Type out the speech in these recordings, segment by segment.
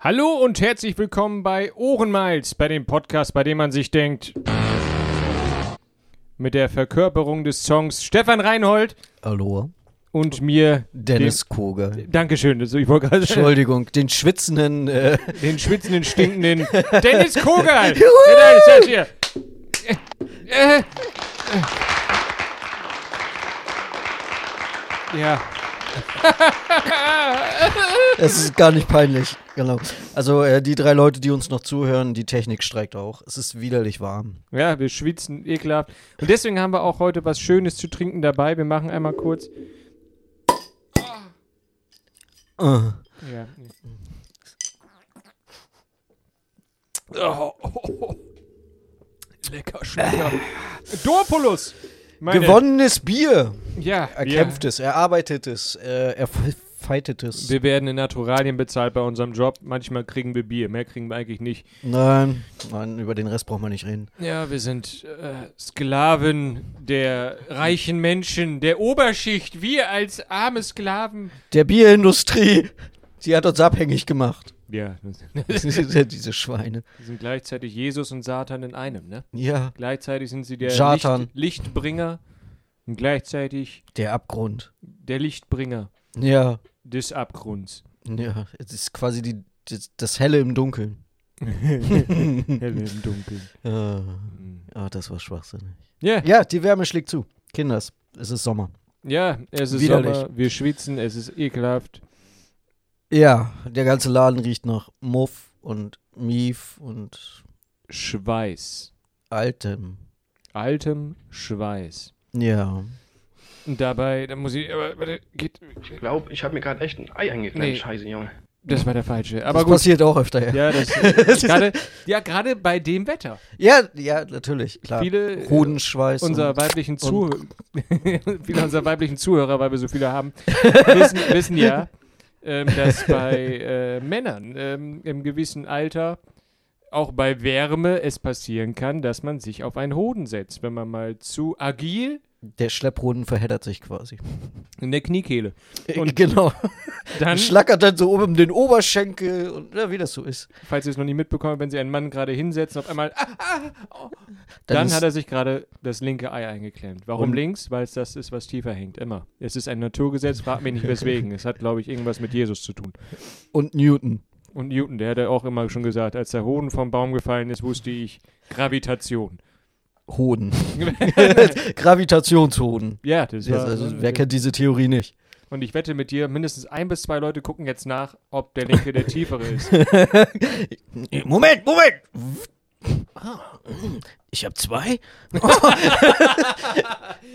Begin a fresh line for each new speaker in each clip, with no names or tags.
Hallo und herzlich willkommen bei Ohrenmalz, bei dem Podcast, bei dem man sich denkt. Mit der Verkörperung des Songs Stefan Reinhold
Hallo.
und mir.
Dennis Koge.
Den, Dankeschön, das- ich wollte gerade sagen,
Entschuldigung, den schwitzenden. Äh,
den schwitzenden, stinkenden Dennis Kogal! ja, da ist er hier. Äh, äh, äh. Ja,
es ist gar nicht peinlich. Genau. Also, äh, die drei Leute, die uns noch zuhören, die Technik streikt auch. Es ist widerlich warm.
ja, wir schwitzen ekelhaft. Und deswegen haben wir auch heute was Schönes zu trinken dabei. Wir machen einmal kurz.
Äh.
Ja. Lecker Schlecker. Dorpulus! meine-
Gewonnenes Bier.
Ja,
Erkämpftes, erarbeitetes, äh, erfeitetes.
Wir, wir werden in Naturalien bezahlt bei unserem Job. Manchmal kriegen wir Bier, mehr kriegen wir eigentlich nicht.
Nein, nein, über den Rest braucht man nicht reden.
Ja, wir sind äh, Sklaven der reichen Menschen, der Oberschicht. Wir als arme Sklaven.
Der Bierindustrie, die hat uns abhängig gemacht.
Ja,
Diese Schweine.
die sind gleichzeitig Jesus und Satan in einem, ne?
Ja,
Gleichzeitig sind sie der
Satan.
Licht, Lichtbringer und gleichzeitig
der Abgrund.
der Lichtbringer
Ja,
des Abgrunds.
ja, es ist quasi die, das, das Helle im Dunkeln.
Helle im Dunkeln.
Äh, ah, das war schwachsinnig.
Ja,
Ja, die Wärme schlägt zu. Kinders, es ist Sommer.
ja, es ist
Widerlich.
Sommer, wir schwitzen, es ist ekelhaft.
Ja, der ganze Laden riecht nach Muff und Mief und
Schweiß.
Altem.
Altem Schweiß.
Ja.
Und dabei, da muss ich, aber, warte, geht,
Ich glaube, ich habe mir gerade echt ein Ei eingeklemmt.
Nee.
Scheiße, Junge.
das war der falsche.
Aber
Aber
das
gut.
passiert auch öfter, ja.
Ja, das, äh, gerade, ja, gerade bei dem Wetter.
Ja, ja, natürlich, klar.
Viele, äh,
Hodenschweiß.
unserer
und-
weiblichen Zuhörer, viele unserer weiblichen Zuhörer, weil wir so viele haben, wissen, wissen ja, ähm, dass bei äh, Männern ähm, im gewissen Alter auch bei Wärme es passieren kann, dass man sich auf einen Hoden setzt, wenn man mal zu agil
der Schlepphoden verheddert sich quasi.
in der Kniekehle. Und
genau.
Dann,
Schlackert dann so um den Oberschenkel und ja, wie das so ist.
falls ihr es noch nicht mitbekommen, wenn sie einen Mann gerade hinsetzen, auf einmal, ah,
Dann
dann,
ist-
hat er sich gerade das linke Ei eingeklemmt. Warum
Und-
links? Weil es das ist, was tiefer hängt, immer. Es ist ein Naturgesetz, frag mich nicht weswegen. es hat, glaube ich, irgendwas mit Jesus zu tun.
Und Newton.
Und Newton, der hat ja auch immer schon gesagt, als der Hoden vom Baum gefallen ist, wusste ich Gravitation.
Hoden. Gravitationshoden.
Ja, äh, das
Ja,
war,
also, wer kennt diese Theorie nicht?
Und ich wette mit dir, mindestens ein bis zwei Leute gucken jetzt nach, ob der linke der tiefere ist.
Moment, Moment! Ah, Ich habe zwei?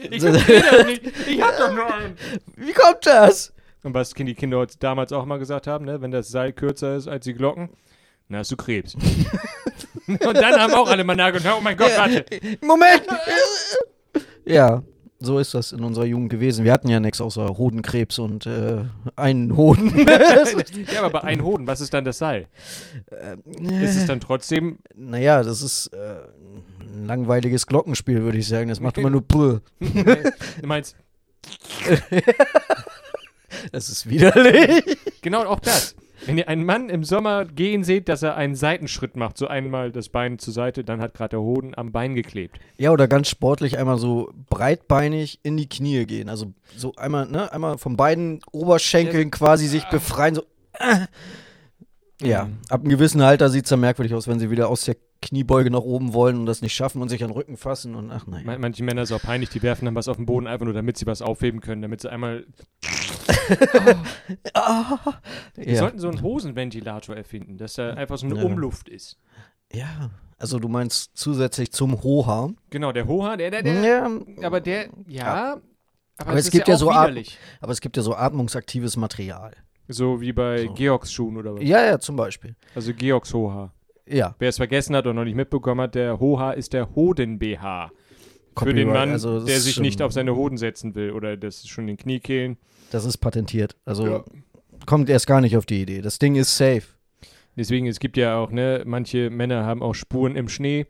Ich verstehe das nicht. Ich hab doch nur einen.
Wie kommt das?
Und was die Kinder heute damals auch mal gesagt haben, ne? wenn das Seil kürzer ist als die Glocken, dann hast du Krebs. und dann haben auch alle mal nachgedacht, oh mein Gott, warte.
Moment! Ja, so ist das in unserer Jugend gewesen. Wir hatten ja nichts außer Hodenkrebs und äh, einen Hoden.
Ja, aber bei einem Hoden, was ist dann das Seil? Ist es dann trotzdem,
naja, das ist äh, ein langweiliges Glockenspiel, würde ich sagen. Das macht immer nur Puh.
du meinst,
Das ist widerlich.
Genau, auch das. Wenn ihr einen Mann im Sommer gehen seht, dass er einen Seitenschritt macht, so einmal das Bein zur Seite, dann hat gerade der Hoden am Bein geklebt.
Ja, oder ganz sportlich einmal so breitbeinig in die Knie gehen. Also so einmal, ne, einmal von beiden Oberschenkeln quasi sich befreien. So. äh. Ja,
Mhm.
ab einem gewissen Alter sieht es dann merkwürdig aus, wenn sie wieder aus der Kniebeuge nach oben wollen und das nicht schaffen und sich an den Rücken fassen und ach nein.
Man, manche Männer ist auch peinlich, die werfen dann was auf den Boden einfach nur, damit sie was aufheben können, damit sie einmal. Wir
Ja.
sollten so einen Hosenventilator erfinden, dass da einfach so eine
Ja.
Umluft ist.
ja. Also du meinst zusätzlich zum Hoha.
Genau, der Hoha, der, der, der.
Ja,
Aber der, ja. Aber,
Aber
es,
es
ist
gibt
ja
ja
auch
so Ar-
widerlich.
aber es gibt ja so atmungsaktives Material.
So wie bei
So.
Georgs Schuhen oder was.
Ja, ja, zum Beispiel.
Also Georgs Hoha.
Ja.
Wer es vergessen hat oder noch nicht mitbekommen hat, der Hoha ist der Hoden-BH. für den
Copyright,
Mann,
also das
der
ist
sich
schon-
nicht auf seine Hoden setzen will oder das schon in den Kniekehlen.
Das ist patentiert. Also
Ja.
kommt erst gar nicht auf die Idee. Das Ding ist safe.
Deswegen, es gibt ja auch, ne, manche Männer haben auch Spuren im Schnee.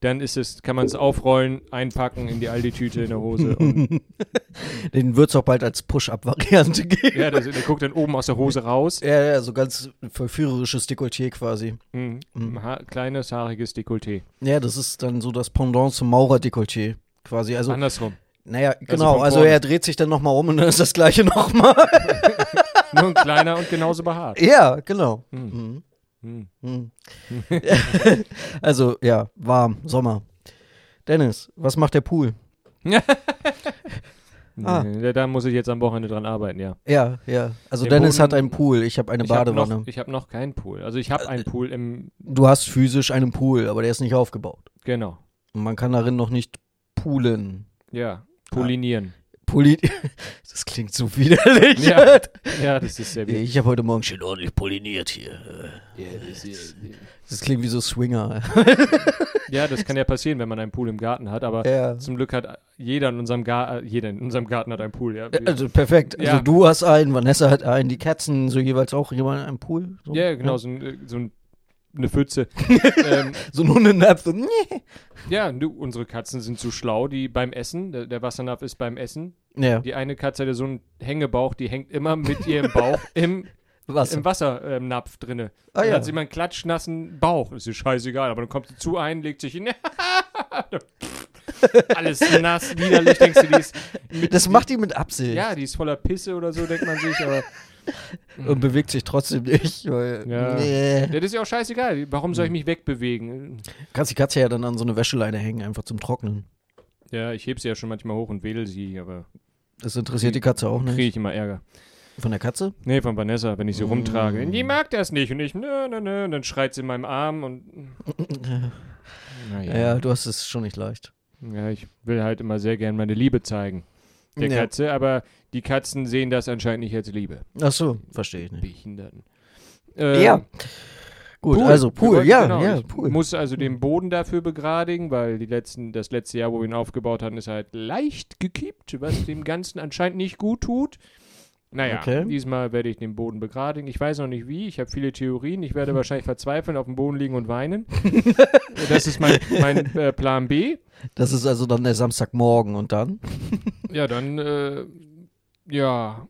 dann ist es, kann man es aufrollen, einpacken in die Aldi-Tüte in der Hose. Und,
Den wird es auch bald als Push-Up-Variante geben.
ja, das, der guckt dann oben aus der Hose raus.
Ja, ja, so ganz verführerisches Dekolleté quasi.
Mhm. Ein Ha kleines, haariges Dekolleté.
Ja, das ist dann so das Pendant zum Maurer-Dekolleté quasi. Also,
Andersrum.
naja, genau.
vom
Also,
Porn.
er dreht sich dann nochmal um und dann ist das gleiche nochmal.
Nur ein kleiner und genauso behaart.
ja, genau.
Mhm. Mhm.
Hm. also, ja, warm, Sommer. Dennis, was macht der Pool? Ah.
Nee, da muss ich jetzt am Wochenende dran arbeiten, ja.
Ja, ja. Also,
Der
Dennis hat
Boden-
einen Pool, ich habe eine
Ich habe
Badewanne. Äh,
noch, ich hab noch keinen Pool. Also ich habe einen Pool im,
du hast physisch einen Pool, aber der ist nicht aufgebaut.
genau,
Und man kann darin noch nicht poolen.
ja, pollinieren.
Ah. Poli das klingt so widerlich.
Ja. Ja, das ist sehr wichtig.
Ich habe heute Morgen schön ordentlich polliniert hier. Das klingt wie so Swinger.
Ja, das kann ja passieren, wenn man einen Pool im Garten hat, aber
Ja.
zum Glück hat jeder in unserem Garten, jeder in unserem Garten hat einen Pool, ja.
Also perfekt. Also
Ja.
du hast einen, Vanessa hat einen, die Katzen so jeweils auch jemand einen Pool. So.
ja, genau, so, ein, so ein, eine Pfütze. ähm,
So ein Hundenapf. So. nee.
ja, du, unsere Katzen sind so schlau, die beim Essen, der, der Wassernapf ist beim Essen.
Ja,
Die eine Katze hat ja so einen Hängebauch, die hängt immer mit ihrem Bauch im
was?
im Wassernapf drinne.
Ah,
dann
ja.
hat sie immer einen klatschnassen Bauch. Ist ihr scheißegal, aber dann kommt sie zu ein, legt sich hin. Alles nass, widerlich, denkst du, die ist,
Das macht die mit Absicht
ja, die ist voller Pisse oder so, denkt man sich, aber
und bewegt sich trotzdem nicht. Weil,
Ja.
nee.
das ist ja auch scheißegal. Warum
Hm.
soll ich mich wegbewegen?
Kannst die Katze ja dann an so eine Wäscheleine hängen, einfach zum Trocknen.
Ja, ich heb sie ja schon manchmal hoch und wedel sie, aber
Das interessiert die Katze auch
kriege
nicht.
ich immer Ärger.
Von der Katze?
Nee, von Vanessa, wenn ich sie rumtrage.
Hm.
Die mag das nicht und ich, nö, nö, nö, und dann schreit sie in meinem Arm und.
Ja,
Naja.
du hast es schon nicht leicht.
Ja, ich will halt immer sehr gern meine Liebe zeigen. Der
Ja.
Katze, aber die Katzen sehen das anscheinend nicht als Liebe.
Ach so, verstehe ich nicht.
Behinderten. Ähm,
ja. Gut,
Pool.
also
Wir
Pool,
wollten-
ja,
genau,
ja,
ich
Pool.
Muss also den Boden dafür begradigen, weil die letzten, das letzte Jahr, wo wir ihn aufgebaut haben, ist halt leicht gekippt, was dem Ganzen anscheinend nicht gut tut. Naja,
Okay.
diesmal werde ich den Boden begradigen. Ich weiß noch nicht wie, ich habe viele Theorien. Ich werde wahrscheinlich verzweifeln, auf dem Boden liegen und weinen. das ist mein, mein äh, Plan B.
Das ist also dann der Samstagmorgen und dann
Ja, dann, äh, ja,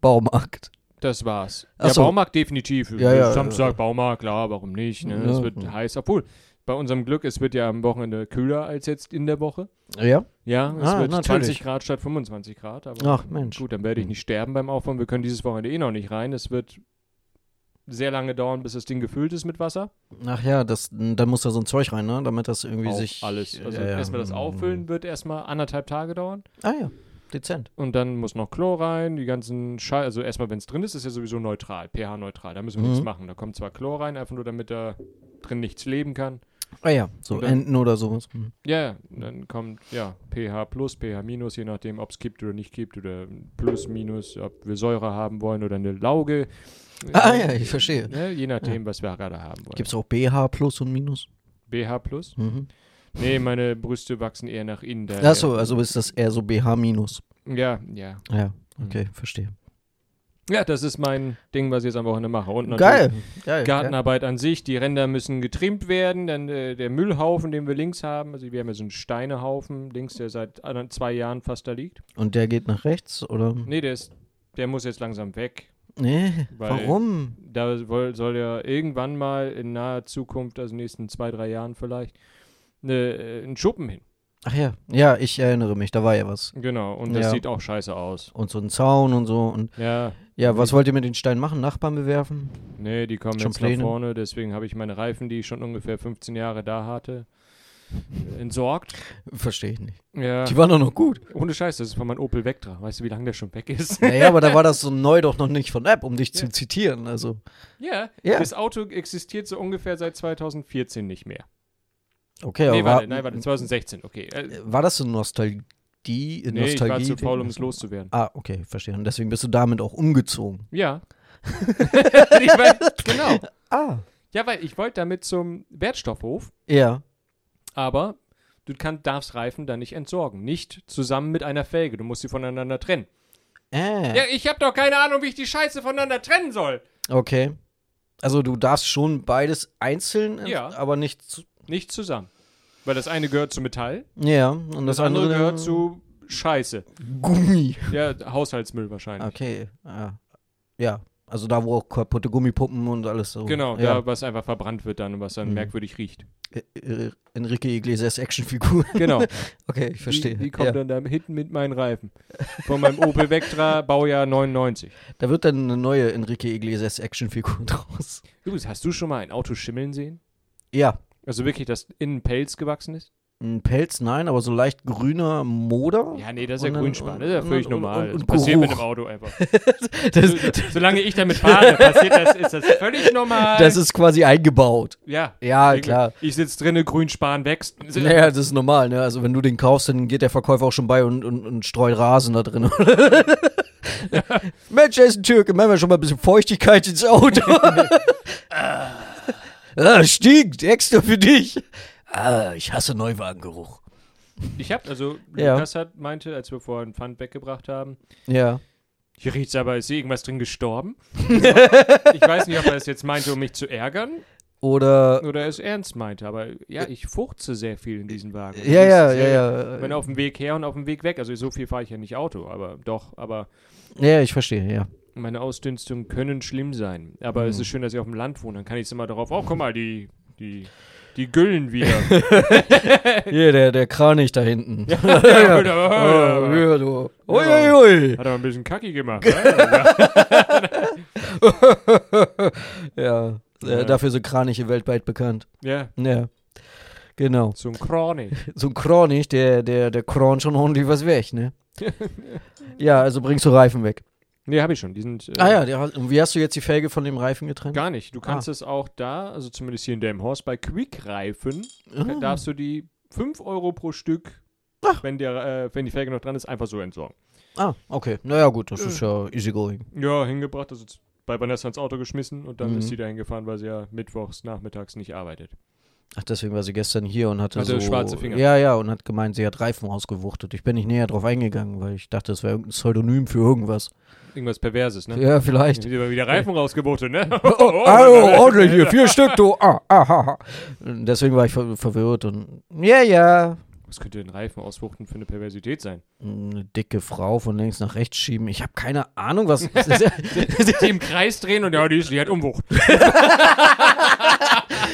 Baumarkt.
Das war's.
Ach
ja,
so.
Baumarkt definitiv.
Ja, ja,
Samstag, Baumarkt, klar, warum nicht? Ne?
Ja.
Es wird heiß, obwohl bei unserem Glück, es wird ja am Wochenende kühler als jetzt in der Woche.
Ja?
Ja, es
Ah,
wird
natürlich.
20 Grad statt 25 Grad. Aber
Ach Mensch.
gut, dann werde ich nicht sterben beim Aufbauen. Wir können dieses Wochenende eh noch nicht rein. Es wird sehr lange dauern, bis das Ding gefüllt ist mit Wasser.
Ach ja, das, da muss da so ein Zeug rein, ne? Damit das irgendwie
Auch
sich.
alles. Also
ja, Mhm. ja.
erstmal das Auffüllen wird erstmal anderthalb Tage dauern.
Ah ja, dezent.
Und dann muss noch Chlor rein, die ganzen Schall, also erstmal, wenn es drin ist, ist ja sowieso neutral, pH-neutral, da müssen wir
Mhm.
nichts machen. Da kommt zwar Chlor rein, einfach nur damit da drin nichts leben kann.
Ah ja, so
Und dann-
Enten oder sowas. Hm.
Ja, ja, und dann kommt, ja, pH plus, pH minus, je nachdem, ob es kippt oder nicht kippt oder plus, minus, ob wir Säure haben wollen oder eine Lauge.
Ah ja, ich verstehe.
Ne, je nachdem, was wir gerade haben wollen.
Gibt es auch BH plus und minus?
BH plus?
Mhm.
Nee, meine Brüste wachsen eher nach innen. daher-
Achso, also ist das eher so BH minus.
Ja, ja.
Ja,
Mhm.
okay, verstehe.
Ja, das ist mein Ding, was ich jetzt am Wochenende mache. Und natürlich-
Geil, geil. geil.
Gartenarbeit an sich, die Ränder müssen getrimmt werden, dann äh, der Müllhaufen, den wir links haben, also wir haben ja so einen Steinehaufen links, der seit anderen zwei Jahren fast da liegt.
Und der geht nach rechts oder?
Nee, der ist, der muss jetzt langsam weg.
Nee,
Weil-
warum?
Da woll, soll ja irgendwann mal in naher Zukunft, also in den nächsten zwei, drei Jahren vielleicht, ne, äh, ein Schuppen hin.
Ach ja, ja, ich erinnere mich, da war ja was.
Genau, und das
Ja.
sieht auch scheiße aus.
Und so ein Zaun und so und
Ja,
Ja, was wollt ihr mit den Steinen machen? Nachbarn bewerfen?
nee, die kommen
Schon
jetzt nach
Pläne?
vorne, deswegen habe ich meine Reifen, die ich schon ungefähr 15 Jahre da hatte, entsorgt.
Verstehe ich nicht.
Ja.
Die waren doch noch gut.
Ohne Scheiß, das ist von meinem Opel Vectra. Weißt du, wie lange der schon weg ist?
Naja, aber da war das so neu doch noch nicht von App, um dich zu zitieren. Also,
ja,
Ja.
das Auto existiert so ungefähr seit 2014 nicht mehr.
okay,
nee,
aber war,
warte, nein, warte, 2016, okay. Äh,
war das so Nostalgie? Nee,
nee, ich war
Nostalgie
zu faul, um es loszuwerden.
Ah, okay, verstehe. Und deswegen bist du damit auch umgezogen.
Ja. ich mein, genau.
Ah.
Ja, weil ich wollte damit zum Wertstoffhof,
Ja.
aber du kann, darfst Reifen da nicht entsorgen. Nicht zusammen mit einer Felge. Du musst sie voneinander trennen.
Äh.
Ja, ich habe doch keine Ahnung, wie ich die Scheiße voneinander trennen soll.
Okay. Also du darfst schon beides einzeln,
Ja.
aber nicht zu,
Nicht zusammen. Weil das eine gehört zu Metall,
Ja, und das,
das andere
andere
gehört zu Scheiße.
Gummi.
Ja, Haushaltsmüll wahrscheinlich.
Okay, ja. Ja, also da, wo auch kaputte Gummipuppen und alles so.
Genau,
oh, ja. Mhm.
da was einfach verbrannt wird dann und was dann merkwürdig riecht.
Äh, Enrique Iglesias Actionfigur.
Genau.
Okay, ich
Die,
verstehe.
die kommt
ja.
dann da hinten mit meinen Reifen. Von meinem Opel Vectra, Baujahr 99.
Da wird dann eine neue Enrique Iglesias Actionfigur draus.
Übrigens, hast du schon mal ein Auto schimmeln sehen?
Ja,
Also wirklich, dass innen Pelz gewachsen ist?
ein Pelz, nein, aber so leicht grüner Moder.
Ja, nee, das ist ja
Und dann-
Grünspan. Das ist ja
und-
völlig
und-
normal.
und-
Das
und
passiert mit dem
Geruch.
Auto einfach.
Das,
Solange ich damit fahre, passiert das, ist das völlig normal.
das ist quasi eingebaut.
ja.
Ja,
Irgendwie,
klar.
Ich sitze drinne, Grünspan wächst.
Naja, das ist normal, ne? Also wenn du den kaufst, dann geht der Verkäufer auch schon bei und, und, und streut Rasen da drin. Mensch, er ist ein Türke, machen wir schon mal ein bisschen Feuchtigkeit ins Auto. ah, stinkt, extra für dich. Ah, ich hasse Neuwagengeruch.
Ich hab, also,
Ja.
Lukas hat, meinte, als wir vorhin Pfand weggebracht haben,
Ja.
hier riecht's aber, ist hier irgendwas drin gestorben? ich weiß nicht, ob er es jetzt meinte, um mich zu ärgern
Oder,
oder es ernst meinte, aber ja, ich furze sehr viel in diesen Wagen.
ja,
Ich
ja,
sehr-
ja,
Wenn
ja.
auf dem Weg her und auf dem Weg weg. Also so viel fahre ich ja nicht Auto, aber doch, aber
Ja, ich verstehe, ja.
meine Ausdünstungen können schlimm sein. Aber es
Mhm.
ist schön, dass ich auf dem Land wohne. Dann kann ich es immer darauf, oh, guck mal, die, die, die Güllen wieder.
Hier, der, der Kranich da hinten. Ja,
ja.
ja, du. Uiuiui.
Hat aber ein bisschen kacki gemacht. ne?
Ja,
Ja.
äh, dafür sind Kraniche weltweit bekannt.
ja,
Ja, genau.
zum Krone.
So ein Kronich, der, der, der Kron schon ordentlich was weg, ne? ja, also bringst du Reifen weg.
Nee, habe ich schon. Die sind, äh,
Ah ja, der, hat- und wie hast du jetzt die Felge von dem Reifen getrennt?
Gar nicht. Du kannst es auch da, also zumindest hier in Delmhorst, bei Quick-Reifen,
Ah.
darfst du die 5 Euro pro Stück, wenn, der, äh, wenn die Felge noch dran ist, einfach so entsorgen.
Ah, okay. Naja, gut, das ist ja easy going.
Ja, hingebracht, also z- bei Vanessa ins Auto geschmissen und dann ist sie dahin gefahren, weil sie ja mittwochs nachmittags nicht arbeitet.
Ach, deswegen war sie gestern hier und hatte,
Hatte
so...
schwarze Finger.
Ja, ja, und hat gemeint, sie hat Reifen ausgewuchtet. Ich bin nicht näher drauf eingegangen, weil ich dachte, das wäre irgendein Pseudonym für irgendwas.
Irgendwas Perverses, ne?
Ja, vielleicht.
Sind immer wieder Reifen rausgeboten, ne?
Oh, ordentlich hier, vier Stück, du. Ah, ah, ha, ha. Deswegen war ich ver verwirrt und ja, ja.
Was könnte denn Reifen auswuchten für eine Perversität sein?
Eine dicke Frau von links nach rechts schieben. Ich habe keine Ahnung, was.
Sie im Kreis drehen und ja, die, ist- die hat Umwucht.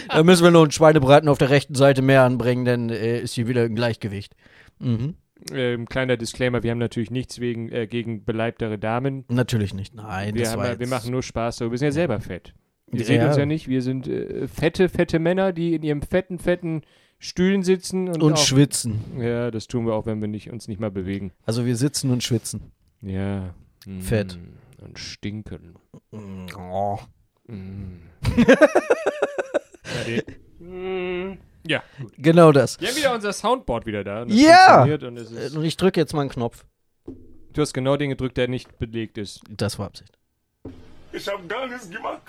da müssen wir noch einen Schweinebraten auf der rechten Seite mehr anbringen, denn äh, ist hier wieder im Gleichgewicht. Mhm.
Ähm, kleiner Disclaimer, wir haben natürlich nichts wegen, äh, gegen beleibtere Damen.
Natürlich nicht. Nein,
Wir,
das
haben,
war
ja-
jetzt,
wir machen nur Spaß, darüber. wir sind ja selber fett. Ihr seht
Ja.
uns ja nicht, wir sind äh, fette, fette Männer, die in ihrem fetten, fetten Stühlen sitzen und,
und
auch
schwitzen.
Ja, das tun wir auch, wenn wir nicht, uns nicht mal bewegen.
Also wir sitzen und schwitzen.
Ja. Mm.
Fett.
Und stinken.
Oh.
Mm. ja, die, ja, gut.
Genau das.
Wir haben wieder unser Soundboard wieder da. und das
Ja!
funktioniert Und es
Äh,
ist,
Und ich drücke jetzt mal einen Knopf.
du hast genau den gedrückt, der nicht belegt ist.
Das war Absicht.
Ich habe gar nichts gemacht.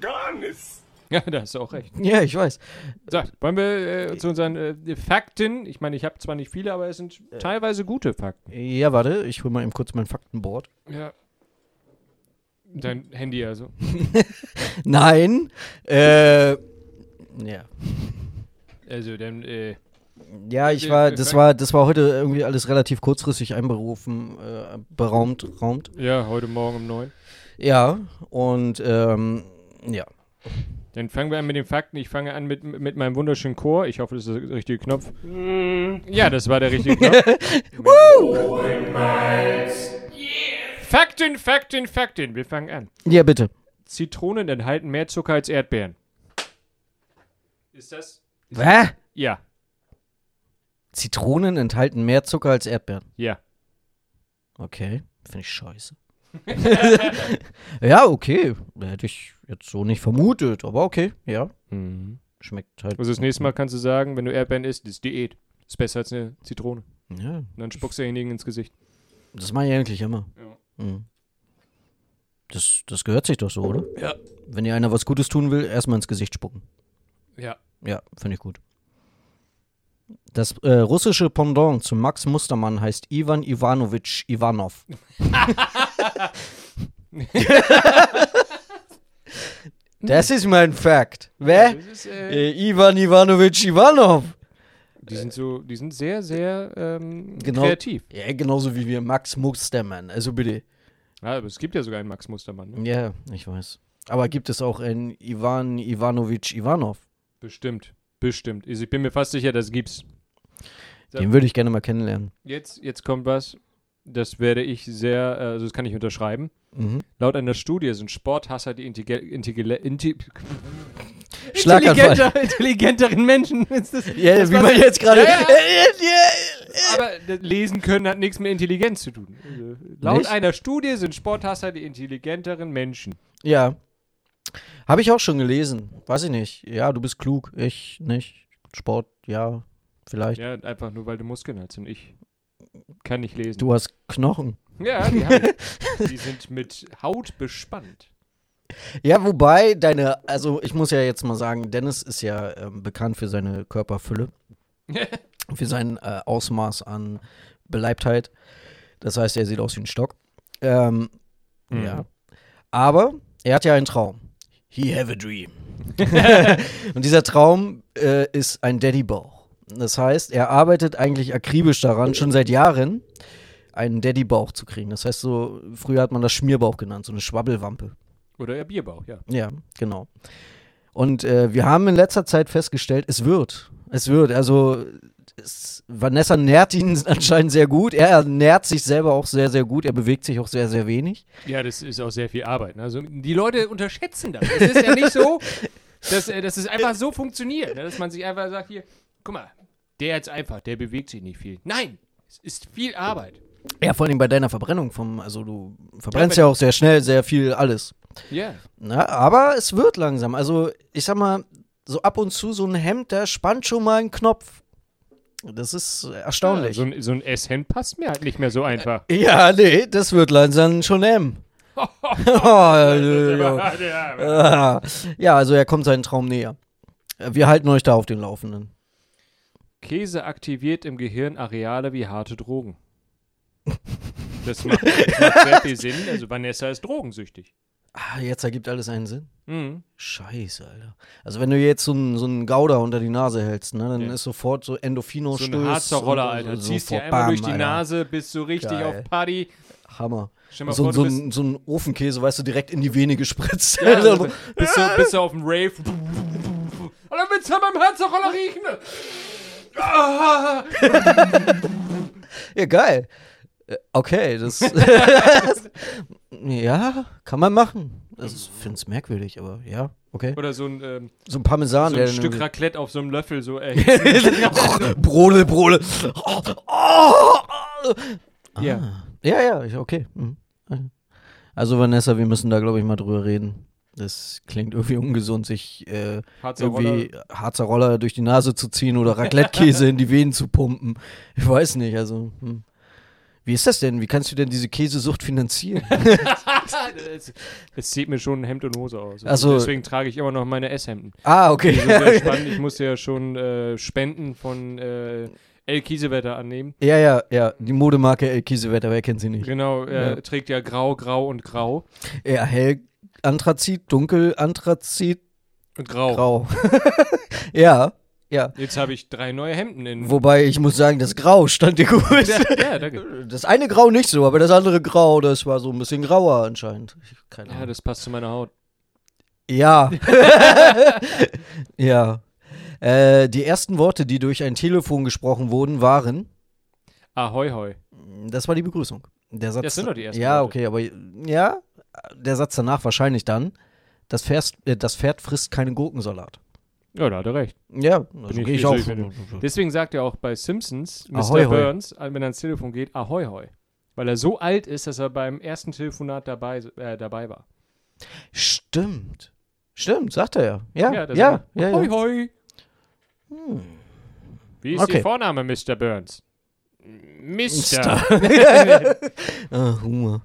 Gar nichts.
Ja, da hast du auch recht.
Ja, ich weiß.
So, wollen wir äh, zu unseren äh, Fakten? Ich meine, ich habe zwar nicht viele, aber es sind
Äh.
teilweise gute Fakten.
Ja, warte, ich hole mal eben kurz mein Faktenboard.
Ja. Dein Handy also.
Nein. Äh. Ja.
Also, dann, äh,
Ja, ich
Nee,
war,
mir
das
fällt-
war, das war heute irgendwie alles relativ kurzfristig einberufen, äh, beraumt, raumt.
ja, heute Morgen um neun.
Ja, und ähm, ja.
Dann fangen wir an mit den Fakten. Ich fange an mit, mit meinem wunderschönen Chor. Ich hoffe, das ist der richtige Knopf. Ja, das war der richtige Knopf. Fakten, Fakten, Fakten. Wir fangen an.
Ja, bitte.
Zitronen enthalten mehr Zucker als Erdbeeren. Ist das?
Hä?
Ja,
Zitronen enthalten mehr Zucker als Erdbeeren.
ja.
Okay, finde ich scheiße. ja, okay. Hätte ich jetzt so nicht vermutet, aber okay, ja. Schmeckt halt.
Also das nächste Mal kannst du sagen, wenn du Erdbeeren isst, das ist Diät. Ist besser als eine Zitrone.
Ja,
Und dann spuckst du denjenigen ins Gesicht.
das mache ich eigentlich immer. Mhm. Das, das gehört sich doch so, oder?
Ja.
Wenn dir einer was Gutes tun will, erstmal ins Gesicht spucken.
Ja.
Ja, finde ich gut. Das äh, russische Pendant zu Max Mustermann heißt Ivan Ivanovich Ivanov. das ist mein Fact. Wer?
Das ist, äh,
Äh, Ivan Ivanovich Äh, Ivanov.
Die sind so, die sind sehr, sehr ähm,
Genau.
kreativ.
Ja, genauso wie wir Max Mustermann. Also bitte.
Ja, aber es gibt ja sogar einen Max Mustermann, ne?
Ja, ich weiß. Aber gibt es auch einen Ivan Ivanovic Ivanov?
Bestimmt. Bestimmt. Also Ich bin mir fast sicher, das gibt's. Ja.
Den würde ich gerne mal kennenlernen.
Jetzt, jetzt kommt was, das werde ich sehr, äh, also das kann ich unterschreiben.
Mhm.
Laut einer Studie sind Sporthasser die integel, integel, inti,
Schlaganfall.
intelligenter, intelligenteren Menschen. Ist das, das war-
jetzt gerade. Äh,
Ja,
Ja,
Aber das lesen können hat nichts mit Intelligenz zu tun. Also, laut
Nicht?
einer Studie sind Sporthasser die intelligenteren Menschen.
ja. Habe ich auch schon gelesen. Weiß ich nicht. Ja, du bist klug. Ich nicht. Sport, ja, vielleicht.
Ja, einfach nur, weil du Muskeln hast und ich kann nicht lesen.
Du hast Knochen.
Ja, die, hab ich. die sind mit Haut bespannt.
Ja, wobei deine, also ich muss ja jetzt mal sagen, Dennis ist ja ähm, bekannt für seine Körperfülle, für sein äh, Ausmaß an Beleibtheit. Das heißt, er sieht aus wie ein Stock. Ähm,
Mhm.
Ja. Aber er hat ja einen Traum. He have a dream. Und dieser Traum äh, ist ein Daddy-Bauch. Das heißt, er arbeitet eigentlich akribisch daran, schon seit Jahren einen Daddy-Bauch zu kriegen. Das heißt, so früher hat man das Schmierbauch genannt, so eine Schwabbelwampe.
Oder ihr Bierbauch, ja.
Ja, genau. Und äh, wir haben in letzter Zeit festgestellt, es wird. Es wird. Also es, Vanessa nährt ihn anscheinend sehr gut. Er nährt sich selber auch sehr, sehr gut. Er bewegt sich auch sehr, sehr wenig.
Ja, das ist auch sehr viel Arbeit. ne? Also die Leute unterschätzen das. Es ist ja nicht so, dass, äh, dass es einfach so funktioniert, ne? dass man sich einfach sagt, hier, guck mal, der jetzt einfach, der bewegt sich nicht viel. Nein, es ist viel Arbeit.
Ja, vor allem bei deiner Verbrennung vom, also du verbrennst
Ja,
ja auch sehr schnell, sehr viel alles.
Ja.
Na, aber es wird langsam. Also ich sag mal, so ab und zu so ein Hemd, da spannt schon mal einen Knopf. Das ist erstaunlich.
So ein, so ein S-Hemd passt mir halt nicht mehr so einfach.
Ja, nee, das wird langsam schon M.
Oh,
Oh, Ah. ja, also er kommt seinen Traum näher. Wir halten euch da auf den Laufenden.
Käse aktiviert im Gehirn Areale wie harte Drogen. Das macht, das macht sehr viel Sinn. Also Vanessa ist drogensüchtig.
Ah, jetzt ergibt alles einen Sinn.
Mhm.
Scheiße, Alter. Also wenn du jetzt so einen, so einen Gauder unter die Nase hältst, ne, dann
Ja.
ist sofort so
So
Endorphino-Stöß.
ein harzer
und-
Roller,
und
Alter.
so-
Ziehst dir
sofort,
einmal
bam,
durch die
Alter.
Nase, bist so richtig
Geil.
auf Party.
Hammer.
Stell mal
So,
vor,
so,
du
ein,
bist,
so ein Ofenkäse, weißt du, direkt in die Vene gespritzt.
ja, also, bist, du, bist du auf dem Rave. Oder willst du an meinem Herzroller riechen? Ah,
ja, geil. Äh, Okay, das. ja, kann man machen. Das ist- find's merkwürdig, aber ja, okay.
Oder so ein, ähm,
So ein Parmesan,
so
der
ein Stück Raclette auf so einem Löffel so äh, erhitzen.
Brodel, Brodel. Oh, oh.
ja.
Ja, ja, ich- okay. Mhm. Also Vanessa, wir müssen da, glaube ich, mal drüber reden. Das klingt irgendwie ungesund, sich äh,
Harzer
irgendwie harzer Roller durch die Nase zu ziehen oder Raclette-Käse in die Venen zu pumpen. Ich weiß nicht, also. Hm. Wie ist das denn? Wie kannst du denn diese Käsesucht finanzieren?
es, es sieht mir schon Hemd und Hose aus.
Ach so.
Deswegen trage ich immer noch meine Esshemden.
ah, okay.
Das ist sehr spannend. Ich musste ja schon äh, Spenden von äh, El Kiesewetter annehmen.
ja, ja, ja. Die Modemarke El Kiesewetter, wer kennt sie nicht?
Genau, er trägt ja grau, grau und grau.
Ja, hell Anthrazit, dunkel Anthrazit,
Und grau.
grau. ja, ja.
Jetzt habe ich drei neue Hemden in.
Wobei ich muss sagen, das Grau stand dir gut.
ja, danke.
Das eine Grau nicht so, aber das andere Grau, das war so ein bisschen grauer anscheinend. Ich- Keine
Ja,
Ahnung.
das passt zu meiner Haut.
Ja. ja. Äh, die ersten Worte, die durch ein Telefon gesprochen wurden, waren,
Ahoi, hoi.
das war die Begrüßung. Der Satz,
Das sind doch die ersten
Ja,
Worte.
okay, aber ja, der Satz danach wahrscheinlich dann, das Pferd, äh, das Pferd frisst keinen Gurkensalat.
Ja, da hat er recht.
Ja, also
ich-
gehe ich
ich-
auch.
ich- Deswegen sagt er auch bei Simpsons, Mr.
Ahoi, hoi.
Burns, wenn er ans Telefon geht, Ahoi, hoi. Weil er so alt ist, dass er beim ersten Telefonat dabei, äh, dabei war.
Stimmt. Stimmt, sagt er ja. Ja, ja,
da
ja.
sagt
ja,
er, Hoi, hoi. Hm. Wie ist
Okay.
Ihr Vorname, Mr. Burns? Mister.
Mister. Ah, Humor.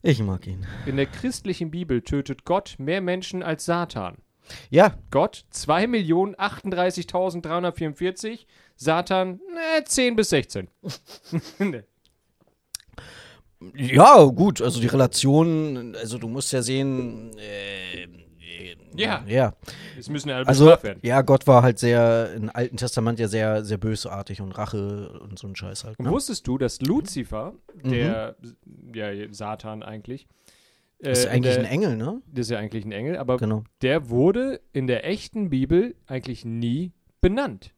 Ich mag ihn.
In der christlichen Bibel tötet Gott mehr Menschen als Satan.
Ja,
Gott 2.038.344, Satan äh, 10 bis 16.
ja, gut. Also die Relation, also du musst ja sehen, äh, äh,
Ja,
Ja.
es müssen alle
Also,
bestraft Ah. werden.
ja, Gott war halt sehr, im Alten Testament ja sehr, sehr bösartig und Rache und so ein Scheiß halt.
Und
Ne?
wusstest du, dass Luzifer,
Mhm.
der ja, Satan eigentlich, äh,
Das ist
in
eigentlich
der,
ein Engel, ne?
das ist ja eigentlich ein Engel, aber
Genau.
der wurde in der echten Bibel eigentlich nie benannt.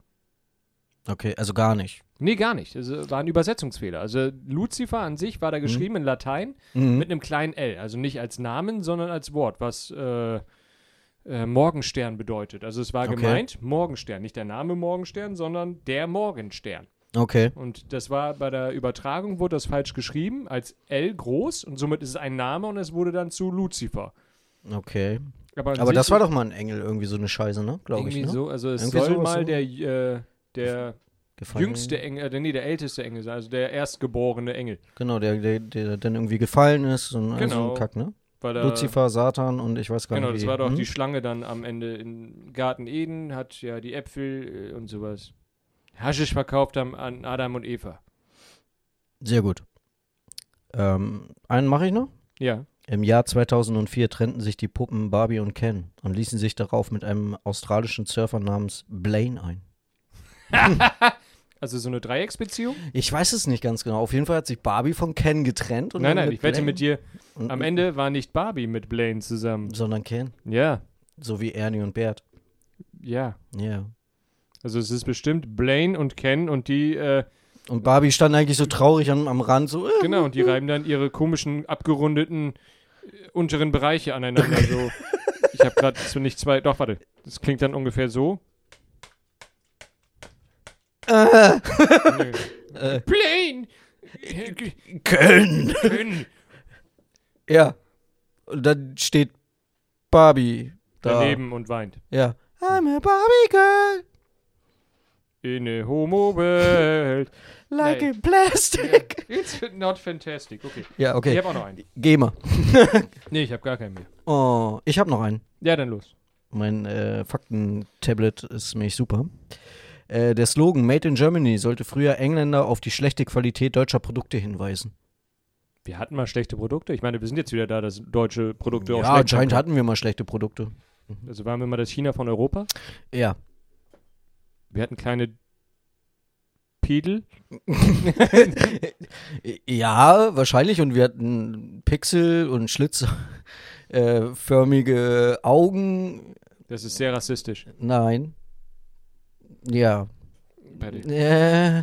Okay, also gar nicht.
Nee, gar nicht. Das war ein Übersetzungsfehler. Also Luzifer an sich
Mhm.
war da geschrieben in Latein mit einem kleinen L. Also nicht als Namen, sondern als Wort, was äh, äh, Morgenstern bedeutet. Also es war
Okay.
gemeint Morgenstern. Nicht der Name Morgenstern, sondern der Morgenstern.
Okay.
Und das war bei der Übertragung, wurde das falsch geschrieben als L groß und somit ist es ein Name und es wurde dann zu Luzifer.
Okay.
Aber, an
Aber
sich
das war doch mal ein Engel, irgendwie so eine Scheiße, ne? Glaube ich.
irgendwie
Ne?
so. Also es
Irgendwie
soll
sowas,
mal
ne?
der, äh, der
Gefallen.
jüngste Engel, äh, nee, der älteste Engel sein, also der erstgeborene Engel.
Genau, der, der, der dann irgendwie gefallen ist und all so
Genau.
ein Kack, ne?
Weil er,
Luzifer, Satan und ich weiß gar
Genau,
nicht.
das
wie.
war doch
Hm?
die Schlange dann am Ende im Garten Eden, hat ja die Äpfel äh, und sowas. Haschisch verkauft haben an Adam und Eva.
Sehr gut. Ähm, einen mache ich noch.
Ja.
Im Jahr 2004 trennten sich die Puppen Barbie und Ken und ließen sich darauf mit einem australischen Surfer namens Blaine ein.
Also so eine Dreiecksbeziehung?
Ich weiß es nicht ganz genau. Auf jeden Fall hat sich Barbie von Ken getrennt. Und
Nein,
dann
nein, ich wette
Blaine
mit dir,
und-
am Ende war nicht Barbie mit Blaine zusammen.
Sondern Ken.
Ja,
So wie Ernie und Bert.
ja.
Ja.
Also es ist bestimmt Blaine und Ken und die, äh,
Und Barbie stand eigentlich so traurig am, am Rand, so. Äh,
genau, und die reiben dann ihre komischen, abgerundeten äh, unteren Bereiche aneinander. So. Ich habe gerade so nicht zwei, doch, warte. Das klingt dann ungefähr so. Nee.
Äh.
Blaine!
Ken!
Ken!
Ja. Und dann steht Barbie da.
Daneben und weint.
Ja. I'm a Barbie girl,
In a homo world.
like
Nein.
in plastic.
It's not fantastic. Okay.
Ja,
Ich
okay.
habe auch noch einen.
Geh mal.
Nee, ich habe gar keinen mehr.
Oh, ich habe noch einen.
Ja, dann los.
Mein äh, Fakten-Tablet ist mich super. Äh, der Slogan Made in Germany sollte früher Engländer auf die schlechte Qualität deutscher Produkte hinweisen.
Wir hatten mal schlechte Produkte. Ich meine, wir sind jetzt wieder da, dass deutsche Produkte auch
Ja,
schlecht
anscheinend
sind.
hatten wir mal schlechte Produkte.
Also waren wir mal das China von Europa.
Ja.
Wir hatten kleine Piedel.
Äh, Ja, wahrscheinlich. Und wir hatten Pixel und schlitzförmige Augen.
Das ist sehr rassistisch.
Nein. Ja.
Bei dir.
Äh,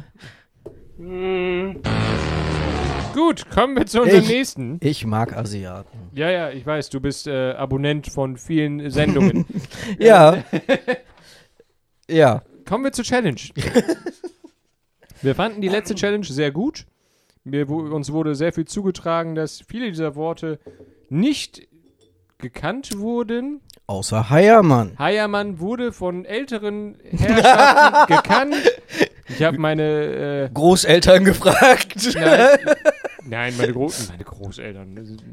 Gut, kommen wir zu unserem
Ich-
nächsten.
ich mag Asiaten.
Ja, ja, ich weiß, du bist äh, Abonnent von vielen Sendungen.
Ja. ja.
kommen wir zur Challenge. wir fanden die letzte Challenge sehr gut. Mir, wo, uns wurde sehr viel zugetragen, dass viele dieser Worte nicht gekannt wurden.
Außer Heiermann.
Heiermann wurde von älteren Herrschaften gekannt. Ich habe meine, äh,
Großeltern gefragt.
nein, nein, meine, Gro meine Großeltern. Das ist-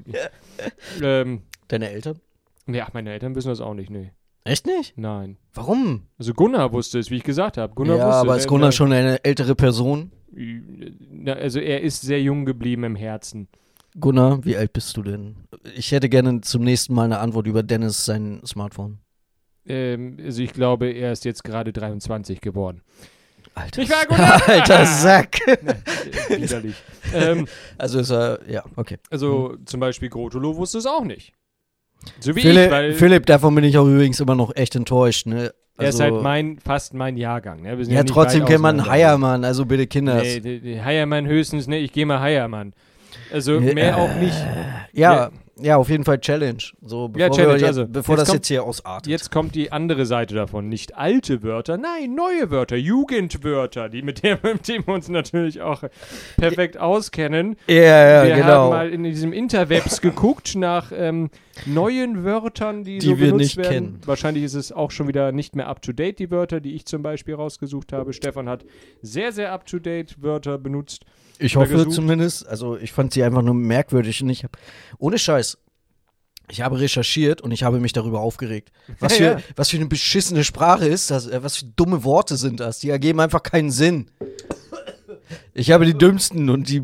ähm,
Deine Eltern?
nee, ach, meine Eltern wissen das auch nicht, nee.
Echt nicht?
Nein.
Warum?
Also Gunnar wusste es, wie ich gesagt habe. Gunnar
ja,
wusste
aber
es.
ist Gunnar schon eine ältere Person?
Na, Also er ist sehr jung geblieben im Herzen.
Gunnar, wie alt bist du denn? Ich hätte gerne zum nächsten Mal eine Antwort über Dennis sein Smartphone.
Ähm, also ich glaube, er ist jetzt gerade 23 geworden.
Alter,
Ich war Gunnar!
alter Sack.
Äh, Widerlich. ähm,
Also ist er, ja, okay.
also zum Beispiel Grotolo wusste es auch nicht. So wie
Hm. Philipp,
ich, weil...
Philipp, davon bin ich auch übrigens immer noch echt enttäuscht, ne?
Er ist
Also-
halt mein, fast mein Jahrgang. Ne? Wir sind
Ja,
nicht
trotzdem
weit
kennt man
auseinander.
Heiermann, also bitte Kinder.
Nee, die- die Heiermann höchstens, ne? Ich gehe mal Heiermann. Also
Ja.
mehr auch nicht.
ja, ja, auf jeden Fall Challenge. So, bevor,
Ja, Challenge,
wir, jetzt-
also.
bevor
Jetzt
das
kommt-
jetzt hier ausartet.
Jetzt kommt die andere Seite davon. Nicht alte Wörter, nein, neue Wörter, Jugendwörter, die mit dem, mit dem wir uns natürlich auch perfekt auskennen.
ja, ja,
wir haben
genau.
mal in diesem Interwebs geguckt nach ähm, neuen Wörtern, die,
Die
so
wir
benutzt
nicht
werden.
kennen.
Wahrscheinlich ist es auch schon wieder nicht mehr up-to-date, die Wörter, die ich zum Beispiel rausgesucht habe. Stefan hat sehr, sehr up-to-date Wörter benutzt.
Ich
Oder
hoffe
gesucht.
zumindest. Also ich fand sie einfach nur merkwürdig und ich habe ohne Scheiß. Ich habe recherchiert und ich habe mich darüber aufgeregt. Was für,
Ja, ja.
was für eine beschissene Sprache ist das? äh, Was für dumme Worte sind das? Die ergeben einfach keinen Sinn. Ich habe die dümmsten und die.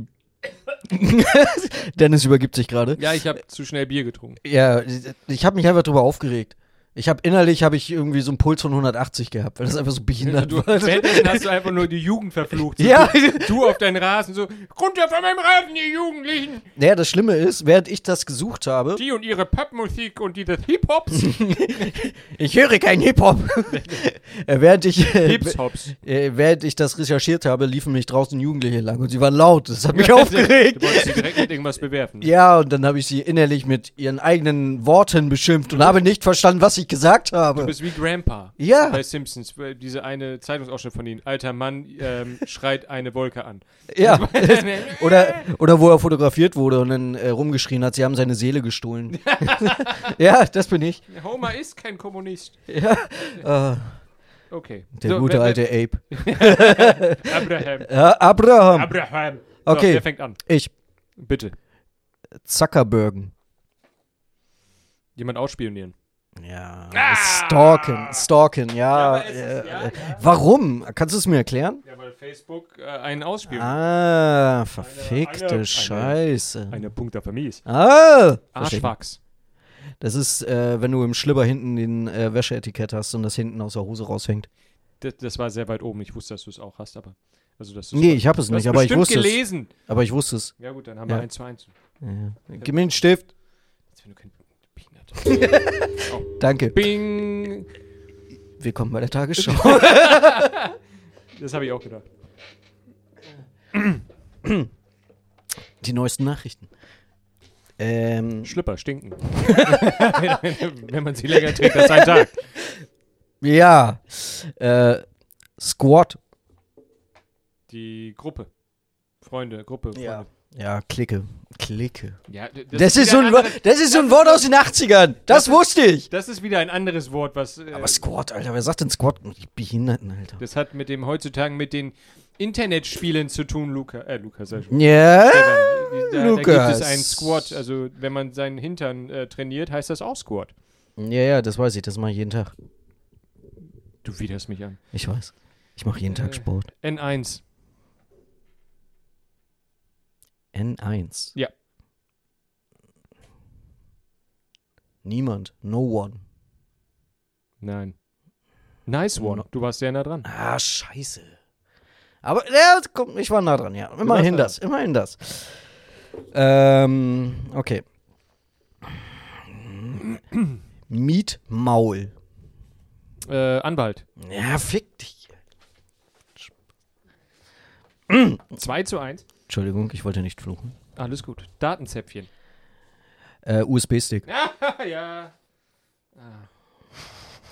Dennis übergibt sich gerade.
Ja, ich habe zu schnell Bier getrunken.
Ja, ich habe mich einfach darüber aufgeregt. Ich habe innerlich habe ich irgendwie so einen Puls von 180 gehabt, weil das einfach so behindert
Du,
war.
währenddessen hast du einfach nur die Jugend verflucht. So,
Ja.
Du, du auf deinen Rasen so, runter von meinem Rasen, ihr Jugendlichen.
Naja, das Schlimme ist, während ich das gesucht habe,
Die und ihre Popmusik und dieses Hip-Hops.
ich höre keinen Hip-Hop. Äh, während ich äh,
Hip-Hops.
äh, während ich das recherchiert habe, liefen mich draußen Jugendliche lang und sie waren laut. Das hat mich aufgeregt.
Du wolltest sie direkt mit irgendwas bewerfen.
Ja, und dann habe ich sie innerlich mit ihren eigenen Worten beschimpft und habe nicht verstanden, was ich gesagt
Du
habe.
bist wie Grandpa.
Ja.
Bei Simpsons. weil Diese eine Zeitungsausschnitt von ihnen. Alter Mann ähm, schreit eine Wolke an.
Ja. Oder, oder wo er fotografiert wurde und dann äh, rumgeschrien hat, sie haben seine Seele gestohlen. ja, das bin ich.
Homer ist kein Kommunist.
Äh,
Okay.
der
So,
gute
wer-
alte Ape.
wer- Abraham.
Ja, Abraham.
Abraham. So,
Okay.
wer fängt an?
ich.
Bitte.
Zuckerbergen.
Jemand ausspionieren.
Ja.
Ah!
äh, Stalken. Stalken, ja. äh, Warum? Kannst du es mir erklären?
Ja, weil Facebook äh, einen ausspioniert.
Ah, verfickte
eine-
Scheiße.
Eine Punkt der Familie.
Ah! verstehe.
Arschwachs.
Das ist, äh, wenn du im Schlipper hinten den äh, Wäscheetikett hast und das hinten aus der Hose raushängt.
Das, das war sehr weit oben. Ich wusste, dass du es auch hast, aber. Also, dass du's-
Nee, ich habe es
Du hast
nicht, aber ich
bestimmt
wusste es.
gelesen.
Aber ich wusste es.
Ja, gut, dann haben
Ja.
wir eins zu eins.
Ja. Gib mir einen Stift.
Jetzt, wenn du kein Peanut.
Danke.
Bing!
Willkommen bei der Tagesschau.
Das habe ich auch gedacht.
Die neuesten Nachrichten. Ähm,
Schlüpper stinken. Wenn man sie länger trägt als ein Tag.
ja. Äh, Squad.
Die Gruppe. Freunde, Gruppe, Freunde.
Ja. Ja, Clique. Clique.
Ja, d-
Das, ist, so
wieder
ein, Wo-
anderes-
das ist so ein Wort aus den 80ern. Das wusste ich.
Das ist wieder ein anderes Wort, was. Äh,
Aber Squad, Alter. Wer sagt denn Squad? Die Behinderten, Alter.
das hat mit dem heutzutage mit den Internetspielen zu tun, Luca. Äh, Luca, sag ich schon.
Ja.
Stefan, da, da gibt
Lukas.
es einen Squat. Also, wenn man seinen Hintern äh, trainiert, heißt das auch Squat.
Ja, ja, das weiß ich. Das mache ich jeden Tag.
Du widerst mich an.
Ich weiß. Ich mache jeden Tag
Äh.
Sport.
N1.
N1.
Ja.
Niemand. No one.
Nein. Nice one. Du warst sehr nah dran.
Ah, scheiße. Aber ja, komm, ich war nah dran, ja. Immerhin
warst
das, immerhin das. Ähm, okay. Mietmaul.
Äh, Anwalt.
Ja, fick dich.
2 zu 1.
Entschuldigung, ich wollte nicht fluchen.
Alles gut. Datenzäpfchen.
Äh, USB-Stick.
ja. Ah.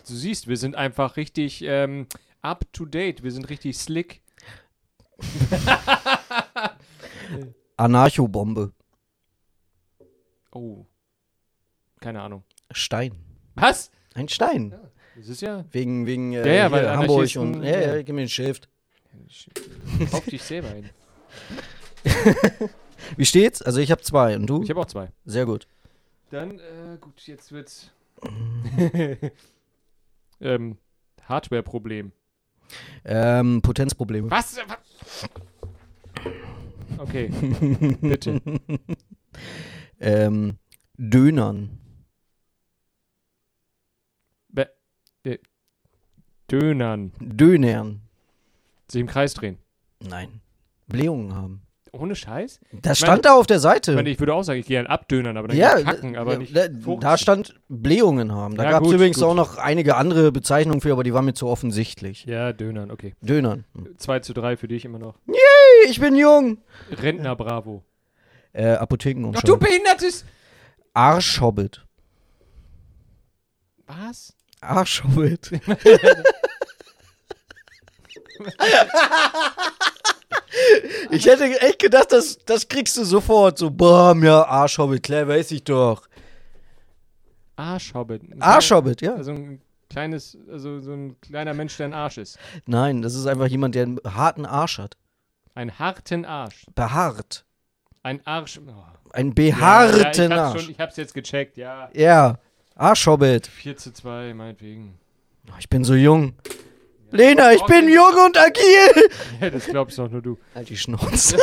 Du siehst, wir sind einfach richtig ähm, up to date. Wir sind richtig slick.
Anarchobombe.
Oh. Keine Ahnung.
Stein.
Was?
Ein Stein.
Das ist ja.
Wegen, wegen äh,
Ja, ja,
hier
weil
Hamburg
Anarchisten-
und. Ja, ja, gib mir ein Schiff.
Auf dich selber hin.
Wie steht's? Also ich habe zwei und du?
Ich habe auch zwei.
Sehr gut.
Dann, äh, gut, jetzt wird's. ähm, Hardware-Problem.
Ähm, Potenzprobleme.
Was? Okay. Bitte.
Ähm, Dönern.
Dönern.
Dönern.
Sich im Kreis drehen.
Nein. Blähungen haben.
Ohne Scheiß?
Das
Ich meine-
stand da auf der Seite.
Ich meine, ich würde auch sagen, ich gehe an Abdönern, aber dann
ja,
gehe ich kacken, aber
da-
nicht.
da, da
furzen.
stand Blähungen haben. Da
Ja,
gab es
gut,
übrigens
gut.
auch noch einige andere Bezeichnungen für, aber die waren mir zu offensichtlich.
Ja, Dönern, okay.
Dönern.
2 zu 3 für dich immer noch.
Hey, ich bin jung.
Rentner Bravo.
Äh, Apotheken und
behindertes!
Arschhobbit.
Was?
Arschhobbit. ich hätte echt gedacht, das, das kriegst du sofort. So, boah, ja, Arschhobbit, klar, weiß ich doch.
Arschhobbit. Ein
Arschhobbit, ja.
Also ein kleines, also so ein kleiner Mensch, der ein Arsch ist.
Nein, das ist einfach jemand, der einen harten Arsch hat.
Einen harten Arsch.
Behaart.
Ein Arsch. Oh.
Einen behaarten
ja, ich hab's
Arsch.
schon- Ich hab's jetzt gecheckt, ja.
ja, Arschhobbit.
4 zu 2, meinetwegen.
Oh, Ich bin so jung. Lena, ich bin jung und agil.
Ja, das glaubst doch nur du.
Halt die Schnauze.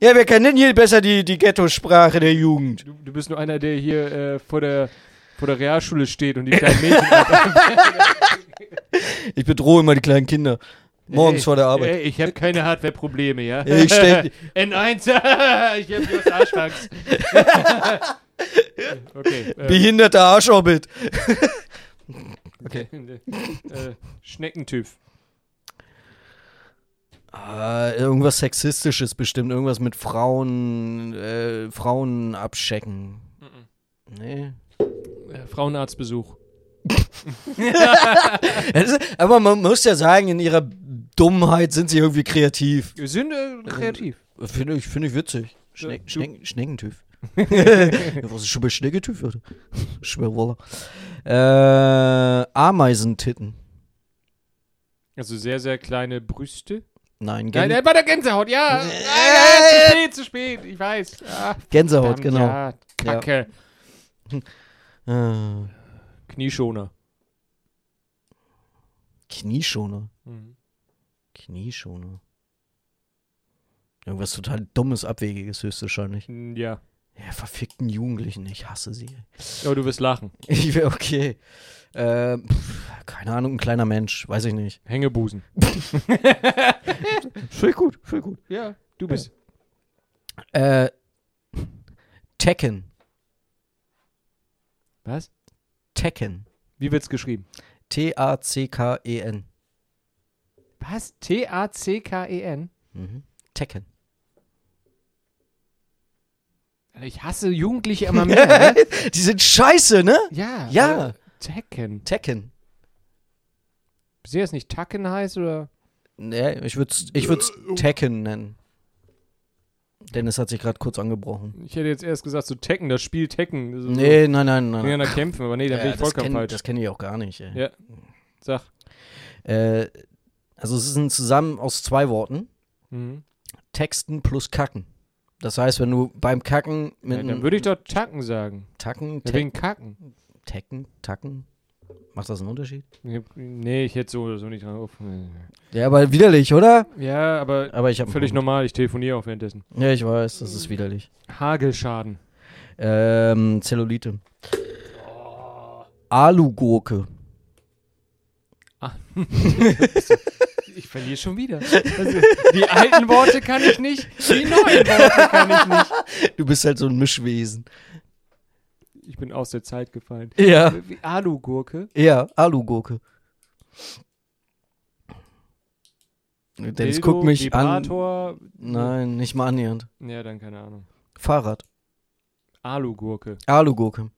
ja, wer kann denn hier besser die, die Ghetto-Sprache der Jugend?
du. Du bist nur einer, der hier äh, vor der vor der Realschule steht und die kleinen Mädchen
Ich bedrohe immer die kleinen Kinder. Morgens vor der Arbeit.
Ey, ich habe keine Hardware-Probleme, ja?
Ich stell-
N1, ich habe bloß Arschwachs. okay. äh,
Behinderter Arschorbit.
äh, Schneckentyp.
Ah, irgendwas Sexistisches bestimmt. Irgendwas mit Frauen, äh, Frauen abschecken. Nee.
Äh, Frauenarztbesuch.
Das ist, aber man muss ja sagen, in ihrer Dummheit sind sie irgendwie kreativ.
Sünde äh, kreativ.
Finde ich, finde ich witzig. Schne
Ja,
Schne Schneckentüff. ja, was ist schon bei Schneckentüff? Alter? Schwerwoller. Äh, Ameisentitten.
Also sehr, sehr kleine Brüste.
Nein, Gän
Nein, äh, bei der Gänsehaut, ja. Nein,
Äh.
nein, zu spät, zu spät, ich weiß. Ah,
Gänsehaut,
verdammt,
genau.
Ja, Kacke.
Äh,
Knieschoner.
Knieschoner.
Mhm.
Knieschoner. Irgendwas total Dummes, Abwegiges höchstwahrscheinlich.
Ja.
Ja, verfickten Jugendlichen, ich hasse sie.
Oh, du wirst lachen.
Ich wäre okay. Äh, pf, keine Ahnung, ein kleiner Mensch, weiß ich nicht.
Hängebusen.
Schön gut, schön gut.
Ja, du bist.
Äh, Tekken.
Was?
Tekken.
Wie wird's geschrieben?
T-A-C-K-E-N.
Was? T-A-C-K-E-N?
Mhm. Tekken.
Ich hasse Jugendliche immer mehr. ne?
Die sind scheiße, ne?
ja.
Ja.
aber Tekken.
Tekken.
Sehe es nicht Tacken heißt oder?
Nee, ich würde ich würd's Tekken nennen. Dennis hat sich gerade kurz angebrochen.
Ich hätte jetzt erst gesagt, so Tekken, das Spiel Tekken. So
Nee, nein, nein,
so
nein.
Miteinander kämpfen, aber nee, da
Ja,
bin ich
das
vollkommen
kenne
falsch.
kenn ich auch gar nicht. Ey.
Ja. Sag.
Äh, also es ist ein Zusammen aus zwei Worten.
Mhm.
Texten plus Kacken. Das heißt, wenn du beim Kacken
Ja,
mit
dann
einem
würde ich doch Tacken sagen.
Tacken,
Ja,
Te
Wegen Kacken.
Tecken, Tacken, macht das einen Unterschied?
Ich hab- Nee, ich hätte so oder so nicht dran auf.
Ja, aber widerlich, oder?
Ja, aber
Aber ich habe
völlig normal, ich telefoniere auch währenddessen.
Ja, ich weiß, das ist widerlich.
Hagelschaden.
Ähm, Zellulite.
Oh.
Alugurke.
Ich verliere schon wieder. Also, die alten Worte kann ich nicht, die neuen Worte kann ich nicht.
Du bist halt so ein Mischwesen.
Ich bin aus der Zeit gefallen.
Ja.
Wie Alugurke.
Ja, Alugurke. Dennis
Dildo,
guckt mich an.
Vibrator.
Nein, nicht mal annähernd.
Ja, dann keine Ahnung.
Fahrrad.
Alugurke.
Alugurke.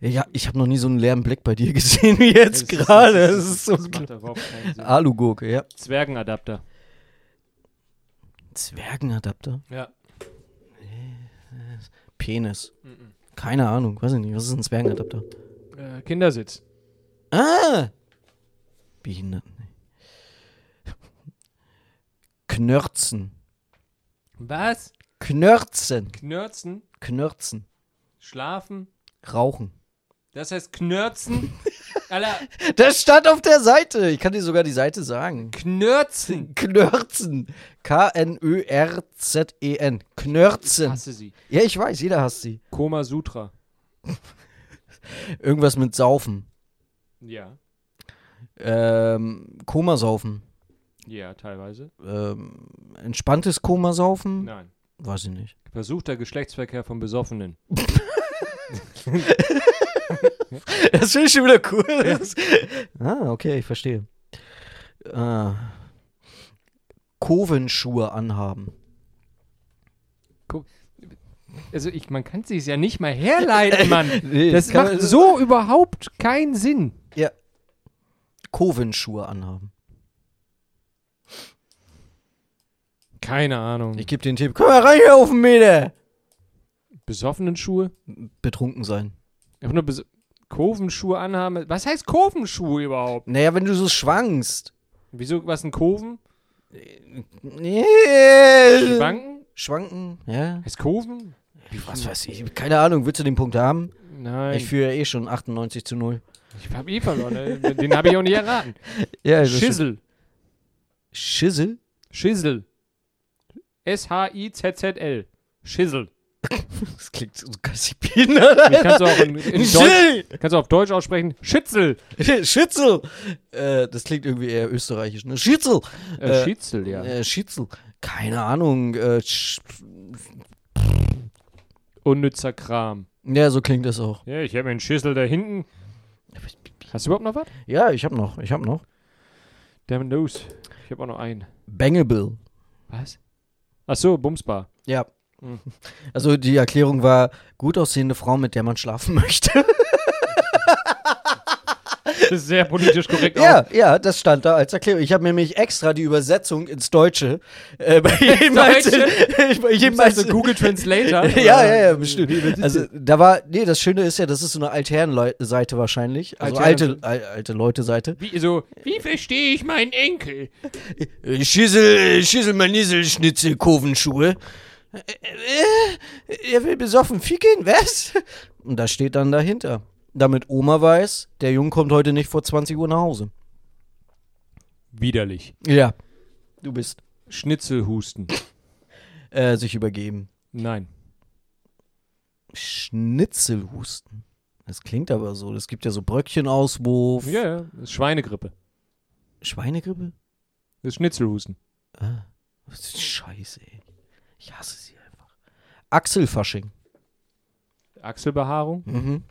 Ja, ich habe noch nie so einen leeren Blick bei dir gesehen wie jetzt
Das ist-
gerade.
das
Das
ist-
ist so
Das macht überhaupt keinen Sinn.
Alugurke, ja.
Zwergenadapter.
Zwergenadapter.
Ja.
Penis.
Mhm.
Keine Ahnung, weiß ich nicht. Was ist ein Zwergenadapter?
Äh, Kindersitz.
Ah! Behinderten. Knörzen.
Was?
Knörzen.
Knörzen?
Knörzen.
Schlafen?
Rauchen.
Das heißt Knörzen? Alter,
Das stand auf der Seite. Ich kann dir sogar die Seite sagen.
Knörzen.
Knörzen. K-N-Ö-R-Z-E-N. E Knörzen.
Hasse sie.
Ja, ich weiß, jeder hasst sie.
Koma Sutra.
Irgendwas mit Saufen.
Ja.
Ähm, Komasaufen.
Ja, teilweise.
Ähm, entspanntes Komasaufen?
Nein.
Weiß ich nicht.
Versuchter Geschlechtsverkehr von Besoffenen.
Das finde ich schon wieder cool. ah, okay, ich verstehe. Ah. Kurvenschuhe anhaben.
Also ich, man kann es sich ja nicht mal herleiten, Mann.
Nee,
Das
kann
macht
man-
so überhaupt keinen Sinn.
Ja. Kurvenschuhe anhaben.
Keine Ahnung.
Ich gebe den Tipp. Komm mal rein hier auf den Meter.
Besoffenen Schuhe?
Betrunken sein.
Einfach nur Bes Kurvenschuhe anhaben. Was heißt Kurvenschuhe überhaupt?
Naja, wenn du so schwankst.
Wieso, was ein Kurven?
Nee.
Schwanken?
Schwanken, ja.
Heißt Kurven?
Was weiß ich. Keine Ahnung, willst du den Punkt haben?
Nein.
Ich führe ja eh schon 98 zu 0.
Ich hab eh verloren. ne? Den habe ich auch nicht erraten.
Ja,
Schissel.
Schissel?
Schissel. S-H-I-Z-Z-L. Schissel.
Das klingt so geistig behindert. Alter.
Ich kann's auch in- in Deutsch- Kannst du auf Deutsch aussprechen? Schitzel.
Schitzel. Äh, das klingt irgendwie eher österreichisch. Ne? Schitzel.
Äh, Schitzel, ja.
Äh, Schitzel. Keine Ahnung. Äh, Sch-
Unnützer Kram.
ja, so klingt das auch.
Ja, ich habe mir einen Schüssel da hinten. Hast du überhaupt noch was?
Ja, ich hab noch. Ich hab noch.
Damn los. Ich habe auch noch einen.
Bangable.
Was? Ach so, Bumsbar.
Ja. Also die Erklärung war, gut aussehende Frau, mit der man schlafen möchte.
Das ist sehr politisch korrekt.
Ja, ja, das stand da als Erklärung. Ich habe nämlich extra die Übersetzung ins Deutsche äh, bei jedem
Deutsche?
einzelnen- bei jedem
Gibt's also
einzelnen-
Google Translator?
Ja,
Oder-
ja, ja, bestimmt. Also da war, nee, das Schöne ist ja, das ist so eine Altherrenseite wahrscheinlich. Also alte,
Altherren-
al- alte Leute-Seite.
Wie, so, wie verstehe ich meinen Enkel?
Äh, Schüssel, Schüssel, Manisel, Schnitzel, Kurvenschuhe. Äh, äh, Er will besoffen ficken, was? Und das steht dann dahinter. Damit Oma weiß, der Junge kommt heute nicht vor 20 Uhr nach Hause.
Widerlich.
Ja. Du bist.
Schnitzelhusten.
Äh, sich übergeben.
Nein.
Schnitzelhusten. Das klingt aber so. Es gibt ja so Bröckchenauswurf.
Ja, ja. Das ist Schweinegrippe.
Schweinegrippe?
Das ist Schnitzelhusten.
Was ist Scheiße, ey. Ich hasse sie einfach. Achselfasching.
Achselbehaarung?
Mhm.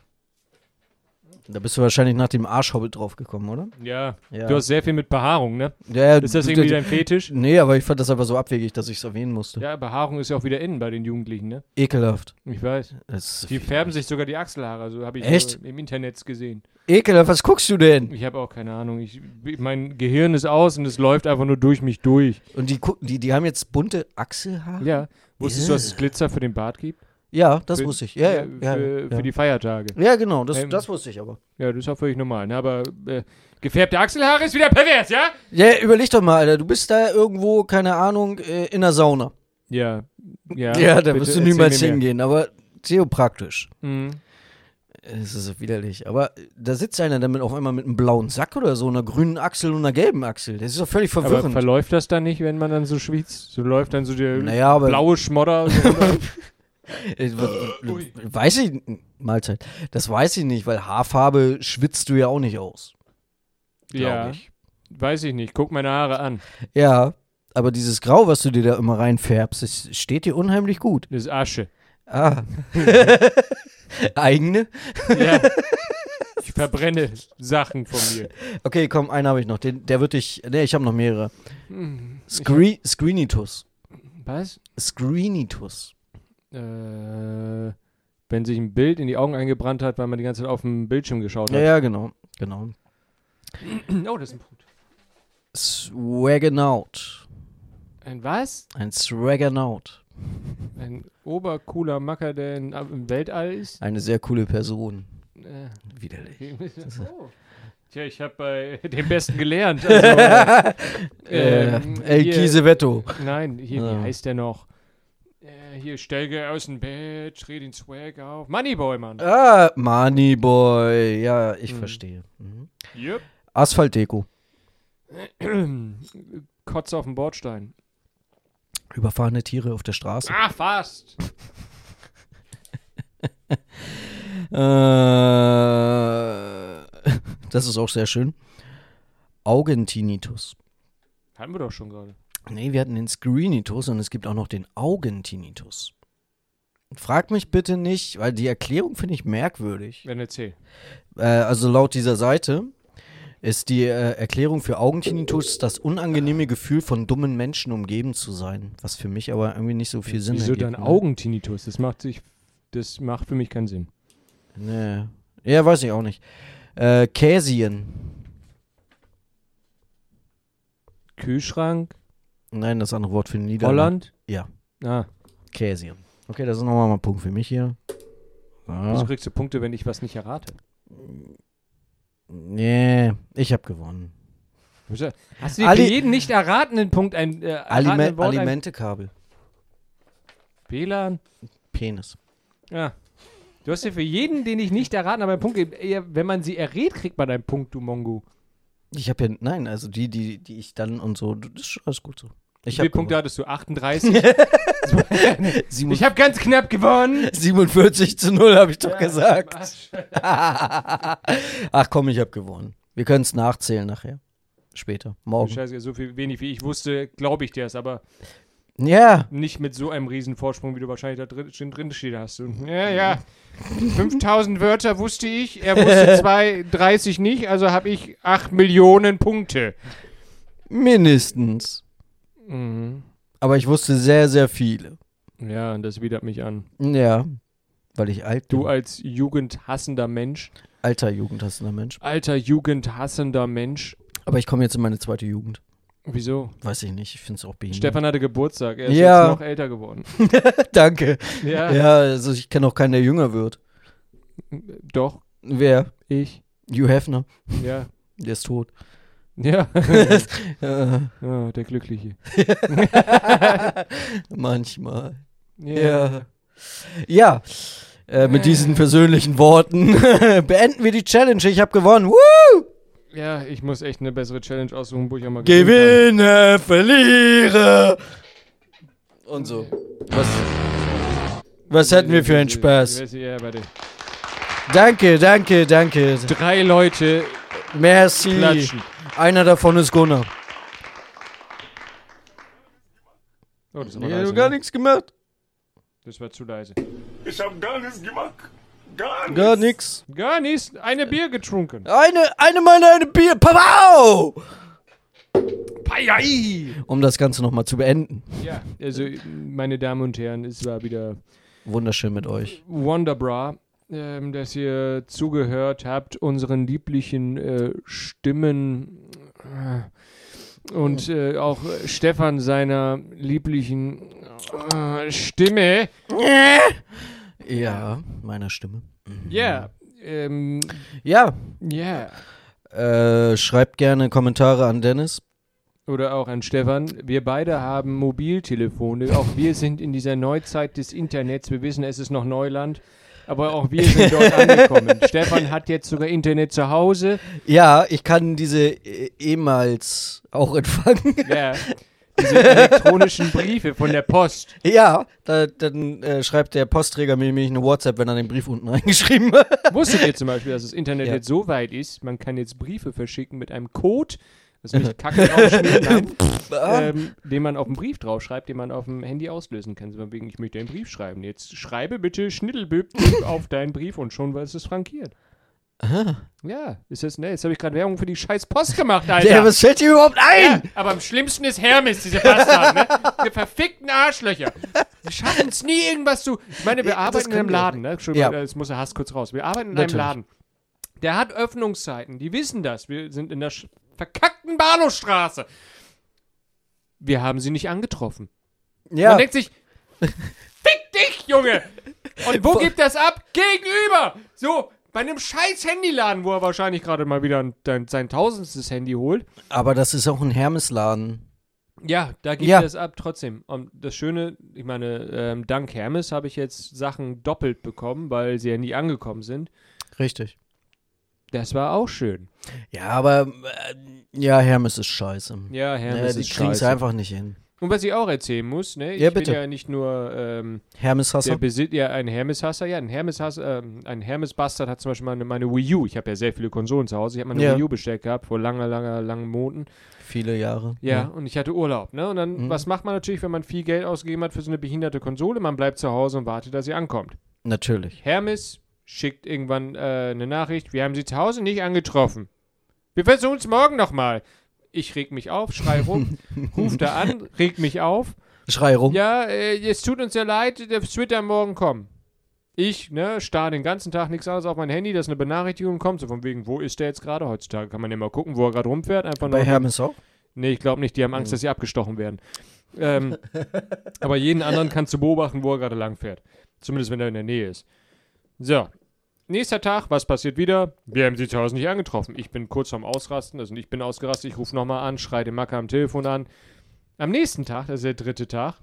Da bist du wahrscheinlich nach dem Arschhobbit draufgekommen, oder?
Ja.
Ja.
Du hast sehr viel mit Behaarung, ne?
Ja,
Ist das irgendwie dein Fetisch?
Nee, aber ich fand das einfach so abwegig, dass ich es erwähnen musste.
Ja, Behaarung ist ja auch wieder innen bei den Jugendlichen, ne?
Ekelhaft.
Ich weiß.
Das ist
Die färben sich sogar die Achselhaare, also habe ich
Echt?
so im Internet gesehen.
Ekelhaft, was guckst du denn?
Ich habe auch keine Ahnung. Ich, mein Gehirn ist aus und es läuft einfach nur durch mich durch.
Und die, gucken- die, die haben jetzt bunte Achselhaare?
Ja. Wusstest du, dass es
Ew.
Glitzer für den Bart gibt?
Ja, das
Für-
wusste ich. Ja, ja,
für,
ja,
für,
ja.
die Feiertage.
ja genau, das,
Ähm.
das wusste ich aber.
Ja, das ist auch völlig normal. Ne? Aber äh, gefärbte Achselhaare ist wieder pervers, ja?
Ja, überleg doch mal, Alter. Du bist da irgendwo, keine Ahnung, äh, in der Sauna.
Ja. Ja,
Ja, da
bitte
wirst du
erzähl
niemals
mir mehr.
hingehen, aber theopraktisch.
Mhm.
Es ist so widerlich. Aber da sitzt einer damit auf einmal mit einem blauen Sack oder so, einer grünen Achsel und einer gelben Achsel. Das ist doch völlig
Aber
verwirrend.
verläuft das dann nicht, wenn man dann so schwitzt? So läuft dann so der
Naja, aber-
blaue Schmodder. So runter?
Äh, w- w- weiß ich, Mahlzeit. Das weiß ich nicht, weil Haarfarbe schwitzt du ja auch nicht aus. Glaub
ja.
ich.
Weiß ich nicht. Guck meine Haare an.
Ja, aber dieses Grau, was du dir da immer reinfärbst, das steht dir unheimlich gut.
Das ist Asche.
Ah. Eigene?
Ja. Ich verbrenne Sachen von mir.
Okay, komm, einen habe ich noch. Den, der wird dich. Ne, ich habe noch mehrere. Scree Screenitus.
Was?
Screenitus.
Äh, wenn sich ein Bild in die Augen eingebrannt hat, weil man die ganze Zeit auf dem Bildschirm geschaut
Ja,
hat.
ja, genau. Genau.
Oh, das ist ein Punkt.
Swaggernaut.
Ein was?
Ein Swaggernaut.
Ein obercooler Macker, der in, im Weltall ist?
Eine sehr coole Person.
Äh,
Widerlich.
oh. Tja, ich habe bei dem Besten gelernt. Also, ähm,
äh, El
hier-
Kiesevetto.
Nein, hier,
Ja.
wie heißt der noch? Äh, hier, Stelge aus dem Bett, dreh den Swag auf. Moneyboy, Mann.
Ah, Moneyboy. Ja, ich verstehe. Mhm.
Yep.
Asphaltdeko.
Kotze auf dem Bordstein.
Überfahrene Tiere auf der Straße.
Ah, fast.
Äh, das ist auch sehr schön. Augentinitus.
Hatten wir doch schon gerade.
Nee, wir hatten den Screenitus und es gibt auch noch den Augentinitus. Frag mich bitte nicht, weil die Erklärung finde ich merkwürdig.
Dann erzähl.
Äh, also laut dieser Seite ist die äh, Erklärung für Augentinitus das unangenehme Gefühl, von dummen Menschen umgeben zu sein. Was für mich aber irgendwie nicht so viel Sinn
Wieso
ergibt.
dein
ne?
Augentinitus? Das macht sich, das macht für mich keinen Sinn.
Nee. Ja, weiß ich auch nicht. Äh, Käsien.
Kühlschrank,
Nein, das andere Wort für Niederland.
Holland.
Genau. Ja,
Ah,
Käsien. Okay, das ist nochmal mal ein Punkt für mich hier.
wieso
Ah.
kriegst du Punkte, wenn ich was nicht errate?
Nee, ich habe gewonnen.
Wieso- Hast du dir
Ali-
für jeden nicht erratenen Punkt ein äh,
Alime
erratenen Wort ein
Alimentekabel.
WLAN?
Penis.
Ja. Du hast ja für jeden, den ich nicht erraten habe, einen Punkt gegeben. Eher, Wenn man sie errät, kriegt man einen Punkt, du Mongo.
Ich habe ja, nein, also die, die, die ich dann und so, das ist alles gut so.
Wie
Ich
viele
habe
Punkte hattest du? 38? ich habe ganz knapp gewonnen.
47 zu 0, habe ich doch gesagt.
Arsch.
Ach komm, ich habe gewonnen. Wir können es nachzählen nachher. Später. Morgen.
Scheiße, so viel wenig wie ich wusste, glaube ich dir es, aber
Ja.
nicht mit so einem riesen Vorsprung, wie du wahrscheinlich da drin, schon drin steht hast. Mhm. Und, Mhm. ja, ja. 5000 Wörter wusste ich, er wusste 230 nicht, also habe ich 8 Millionen Punkte.
Mindestens. Aber ich wusste sehr, sehr viele.
Mhm. Ja, und das widert mich an.
Ja. Weil ich alt
Du
bin.
als jugendhassender Mensch,
alter jugendhassender Mensch.
alter jugendhassender Mensch,
Aber ich komme jetzt in meine zweite Jugend.
wieso?
Weiß ich nicht. Ich finde es auch behindert.
Stefan hatte Geburtstag, er ist
Ja.
jetzt noch älter geworden.
Danke.
Ja,
Ja, also ich kenne auch keinen, der jünger wird.
doch,
Wer?
ich,
Hugh Hefner.
ja.
Der ist tot.
Ja,
Äh,
Ah, der Glückliche.
Manchmal.
Ja.
Ja. Ja. Äh, mit diesen persönlichen Worten beenden wir die Challenge. Ich habe gewonnen. Woo!
ja, ich muss echt eine bessere Challenge aussuchen, wo ich auch mal gewinnen kann.
Gewinne, verliere. Und so. Was, was hätten wir für einen Spaß?
Ja, warte.
Danke, danke, danke.
Drei Leute
Merci.
klatschen.
Einer davon ist Gunnar.
Oh, das, war
Ich
leise,
habe gar
ne?
nichts gemacht.
das war zu leise.
Ich hab gar nichts gemacht. Gar nichts.
Gar nichts.
Gar nichts. Eine Bier getrunken.
Eine, eine meiner eine Bier. Papau!
Paiai.
Um das Ganze nochmal zu beenden.
Ja, also, meine Damen und Herren, es war wieder
Wunderschön mit euch.
Wonderbra, ähm, dass ihr zugehört habt, unseren lieblichen äh, Stimmen äh, und äh, auch Stefan seiner lieblichen äh, Stimme.
Äh. Ja, meiner Stimme.
Ja, ähm,
Ja,
ja.
äh, schreibt gerne Kommentare an Dennis.
Oder auch an Stefan. Wir beide haben Mobiltelefone. Auch wir sind in dieser Neuzeit des Internets. Wir wissen, es ist noch Neuland. Aber auch wir sind dort angekommen. Stefan hat jetzt sogar Internet zu Hause.
Ja, ich kann diese äh, ehemals auch empfangen.
Ja. Diese elektronischen Briefe von der Post.
ja, da, dann äh, schreibt der Postträger mir nämlich eine WhatsApp, wenn er den Brief unten reingeschrieben hat.
Wusstet ihr zum Beispiel, dass das Internet
Ja.
jetzt so weit ist, man kann jetzt Briefe verschicken mit einem Code, das mich kacke rausschneiden, ähm, den man auf einen Brief draufschreibt, den man auf dem Handy auslösen kann. So von wegen, ich möchte einen Brief schreiben. Jetzt schreibe bitte Schnittelbüb auf deinen Brief und schon ist es frankiert. Ja, ist das, ne, jetzt habe ich gerade Werbung für die scheiß Post gemacht, Alter.
Ja, was fällt dir überhaupt
Ja,
ein?
aber am schlimmsten ist Hermes, diese Bastarden, ne? Diese verfickten Arschlöcher. Die schaffen es nie, irgendwas zu. Ich meine, wir
Ja, das
arbeiten in einem
können wir.
Laden, ne?
Ja.
Entschuldigung, ja. jetzt muss der Hass kurz raus. Wir arbeiten in
Natürlich.
einem Laden. Der hat Öffnungszeiten, die wissen das. Wir sind in der sch- verkackten Bahnhofstraße. Wir haben sie nicht angetroffen.
Ja,
Man denkt sich, fick dich, Junge! Und wo gibt das ab? Gegenüber! So, bei einem scheiß Handyladen, wo er wahrscheinlich gerade mal wieder ein, dein- sein tausendstes Handy holt.
aber das ist auch ein Hermesladen.
Ja, da geht
Ja.
das ab trotzdem. Und das Schöne, ich meine, ähm, dank Hermes habe ich jetzt Sachen doppelt bekommen, weil sie ja nie angekommen sind.
Richtig.
Das war auch schön.
Ja, aber äh, ja, Hermes ist scheiße.
Ja,
Ja,
Hermes
die
ist
kriegen es
scheiße.
einfach nicht hin.
Und was ich auch erzählen muss, ne? Ich
Ja, bitte.
bin ja nicht nur ähm, der
Hermes-Hasser?
Besitz, ja, ein Hermes-Hasser. Ja, ein Hermes-Hasser, ähm, ein Hermes-Bastard hat zum Beispiel meine, meine Wii U. Ich habe ja sehr viele Konsolen zu Hause. Ich habe meine
Ja.
Wii U bestellt gehabt vor langer, langer, langen Monaten.
Viele Jahre.
Ja, und ich hatte Urlaub, ne? Und dann,
Mhm.
was macht man natürlich, wenn man viel Geld ausgegeben hat für so eine behinderte Konsole? Man bleibt zu Hause und wartet, dass sie ankommt.
Natürlich.
Hermes schickt irgendwann äh, eine Nachricht, wir haben sie zu Hause nicht angetroffen. Wir versuchen es morgen nochmal. Ich reg mich auf, schrei rum, ruf da an, reg mich auf.
Schrei rum.
Ja, äh, es tut uns ja leid, das wird dann morgen kommen. Ich, ne, starr den ganzen Tag nichts anderes auf mein Handy, dass eine Benachrichtigung kommt, so von wegen, wo ist der jetzt gerade heutzutage? Kann man ja mal gucken, wo er gerade rumfährt, einfach
Bei
nur
Hermes auch?
Nee, ich glaube nicht. Die haben Angst, dass sie abgestochen werden. Ähm, aber jeden anderen kannst du beobachten, wo er gerade lang fährt. Zumindest, wenn er in der Nähe ist. So. Nächster Tag, was passiert wieder? Wir haben sie zu Hause nicht angetroffen. Ich bin kurz vorm Ausrasten, also ich bin ausgerastet, ich rufe nochmal an, schreie den Macker am Telefon an. Am nächsten Tag, das ist der dritte Tag,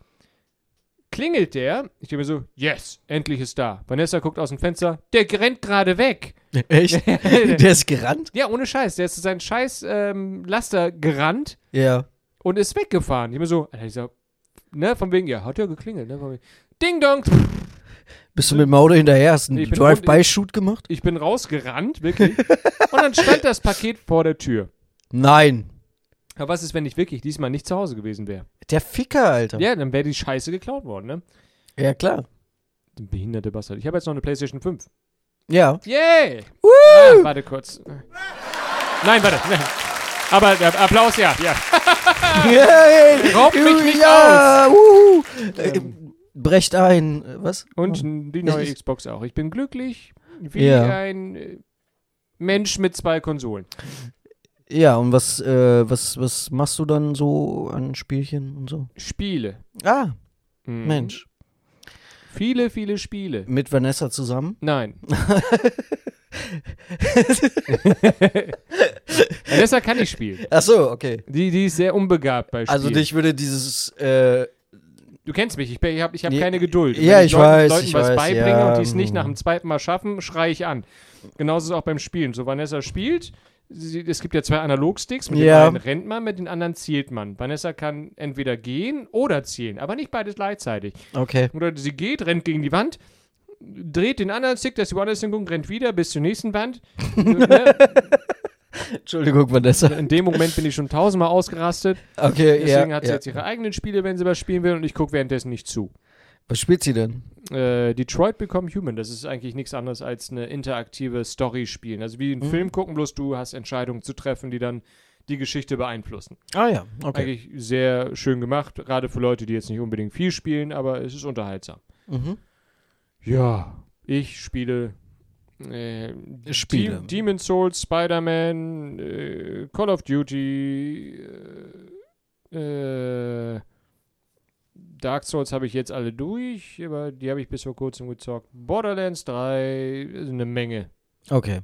klingelt der. Ich denke mir so, yes, endlich ist da. Vanessa guckt aus dem Fenster, der rennt gerade weg.
Echt? Der ist gerannt?
Ja, ohne Scheiß, der ist zu seinem scheiß ähm, Laster gerannt
Ja.
und ist weggefahren. Ich bin so, Alter, dieser, ne, von wegen, ja, hat ja geklingelt, ne, von wegen, Ding Dong!
Bist du mit dem Auto hinterher? Hast du
Nee,
einen
ich bin
Drive-By-Shoot gemacht?
Ich bin rausgerannt, wirklich. und dann stand das Paket vor der Tür.
Nein.
Aber was ist, wenn ich wirklich diesmal nicht zu Hause gewesen wäre?
Der Ficker, Alter.
Ja, dann wäre die Scheiße geklaut worden, ne?
ja klar.
Behinderte Bastard. Ich habe jetzt noch eine PlayStation 5.
Ja.
Yay! Ah, warte kurz. Nein, warte. Nein. Aber der Applaus, ja. ja.
Ah. Yay!
Raub mich nicht
ja, wuhu. Äh, brecht ein. Äh, Was?
Und die neue
Ich- ich-
Xbox auch. Ich bin glücklich wie
Ja.
ein äh, Mensch mit zwei Konsolen.
Ja, und was, äh, was, was machst du dann so an Spielchen und so?
Spiele.
Ah,
Mhm.
Mensch.
Viele, viele Spiele.
Mit Vanessa zusammen?
Nein. Vanessa kann ich spielen.
Ach so, okay.
Die, die ist sehr unbegabt bei Spielen.
Also dich würde dieses, äh,
Du kennst mich, ich, bin- ich habe ich hab
Ja,
keine Geduld.
ja,
Wenn
ich weiß,
Leuten
ich
was
weiß,
beibringe
ja,
und die es nicht
mm.
nach dem zweiten Mal schaffen, schreie ich an. Genauso ist es auch beim Spielen. So, Vanessa spielt, sie, es gibt ja zwei Analogsticks, mit
Ja.
dem einen rennt man, mit dem anderen zielt man. Vanessa kann entweder gehen oder zielen, aber nicht beides gleichzeitig.
okay.
Oder sie geht, rennt gegen die Wand, dreht den anderen Stick, dass sie woanders hinguckt, rennt wieder bis zur nächsten Wand. Ne?
Entschuldigung, Vanessa.
In dem Moment bin ich schon tausendmal ausgerastet.
Okay,
Deswegen
ja.
hat sie
ja.
jetzt ihre eigenen Spiele, wenn sie was spielen will, und ich gucke währenddessen nicht zu.
Was spielt sie denn?
äh, Detroit Become Human, das ist eigentlich nichts anderes als eine interaktive Story spielen. Also wie
Mhm.
einen Film gucken, bloß du hast Entscheidungen zu treffen, die dann die Geschichte beeinflussen.
Ah ja, okay.
Eigentlich sehr schön gemacht, gerade für Leute, die jetzt nicht unbedingt viel spielen, aber es ist unterhaltsam.
Mhm.
Ja, ich spiele äh,
Spiele.
Dem- Demon's Souls, Spider-Man, äh, Call of Duty, äh, äh, Dark Souls habe ich jetzt alle durch, aber die habe ich bis vor kurzem gezockt. Borderlands 3, also eine Menge.
Okay.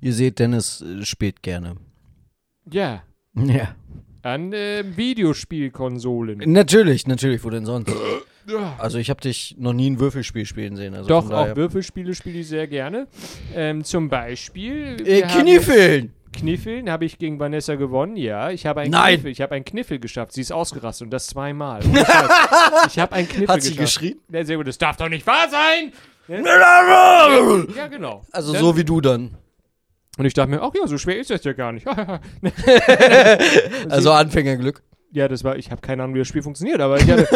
Ihr seht, Dennis äh, spielt gerne.
Ja,
Ja.
an äh, Videospielkonsolen.
Natürlich, natürlich, wo denn sonst?
Ja.
Also ich habe dich noch nie ein Würfelspiel spielen sehen. Also
Doch,
von
auch
daher.
Würfelspiele spiele ich sehr gerne. Ähm, zum Beispiel.
Äh,
wir haben jetzt-
Kniffeln!
Kniffeln habe ich gegen Vanessa gewonnen, ja. Ich habe einen
Nein!
Kniffel, ich habe einen Kniffel geschafft. Sie ist ausgerastet und das zweimal. Ohne Scheiß. ich habe einen Kniffel
Hat sie
geschafft.
geschrien?
Ja, sehr gut, das darf doch nicht wahr sein! Ja, genau.
Also
Dann-
so wie du dann.
Und ich dachte mir, ach ja, so schwer ist das ja gar nicht.
Also Anfängerglück.
ja, das war, ich habe keine Ahnung, wie das Spiel funktioniert, aber ich habe,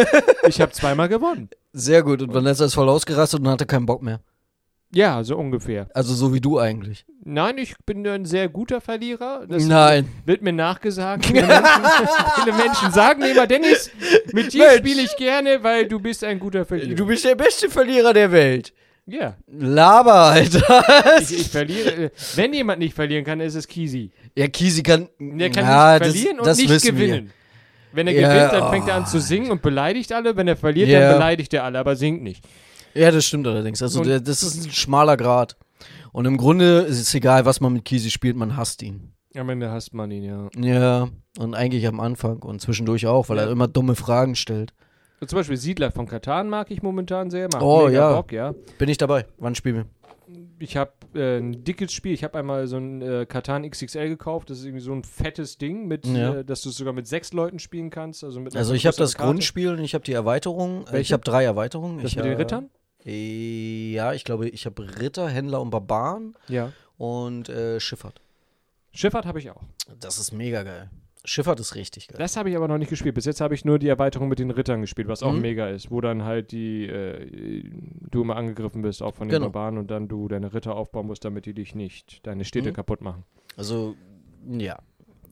ich habe zweimal gewonnen.
Sehr gut. Und Vanessa ist voll ausgerastet und hatte keinen Bock mehr.
Ja, so ungefähr.
Also so wie du eigentlich.
Nein, ich bin ein sehr guter Verlierer. Das
Nein.
wird mir nachgesagt. Viele Menschen, viele Menschen sagen mir immer, Dennis, mit dir
Mensch.
spiele ich gerne, weil du bist ein guter Verlierer.
Du bist der beste Verlierer der Welt.
Ja,
Laber, Alter.
ich, ich verliere. äh, Wenn jemand nicht verlieren kann, ist es Kisi.
Ja, Kisi kann.
Der kann
ja,
nicht verlieren
das, das
und nicht
wissen
gewinnen. Wenn er
Ja,
gewinnt, dann
oh.
fängt er an zu singen und beleidigt alle. Wenn er verliert,
Ja.
dann beleidigt er alle, aber singt nicht.
Wir. Ja, das stimmt allerdings. Also
Und-
der, das ist ein schmaler Grad. Und im Grunde ist es egal, was man mit Kisi spielt, man hasst ihn.
Am Ende hasst man ihn, ja.
Ja, und eigentlich am Anfang und zwischendurch auch, weil
Ja.
er immer dumme Fragen stellt.
Und zum Beispiel Siedler von Katan mag ich momentan sehr. Macht
Oh,
mega
ja.
Bock, ja.
Bin ich dabei? Wann spielen wir?
Ich habe äh, ein dickes Spiel. Ich habe einmal so ein äh, Katan XXL gekauft. Das ist irgendwie so ein fettes Ding, mit,
Ja.
äh, dass du es sogar mit sechs Leuten spielen kannst. Also, mit einer
Also ich habe
größeren
das
Karte.
Grundspiel und ich habe die Erweiterung. Äh, Ich
Welche?
habe drei Erweiterungen.
Das
ich,
mit den
äh,
Rittern?
äh, Ja, ich glaube, ich habe Ritter, Händler und Barbaren
Ja.
und äh, Schifffahrt.
Schifffahrt habe ich auch.
Das ist mega geil. Schifffahrt ist richtig geil.
Das habe ich aber noch nicht gespielt. Bis jetzt habe ich nur die Erweiterung mit den Rittern gespielt, was auch
Mhm.
mega ist, wo dann halt die äh, du immer angegriffen bist, auch von den
Genau.
Barbaren und dann du deine Ritter aufbauen musst, damit die dich nicht, deine Städte
Mhm.
kaputt machen.
Also, ja.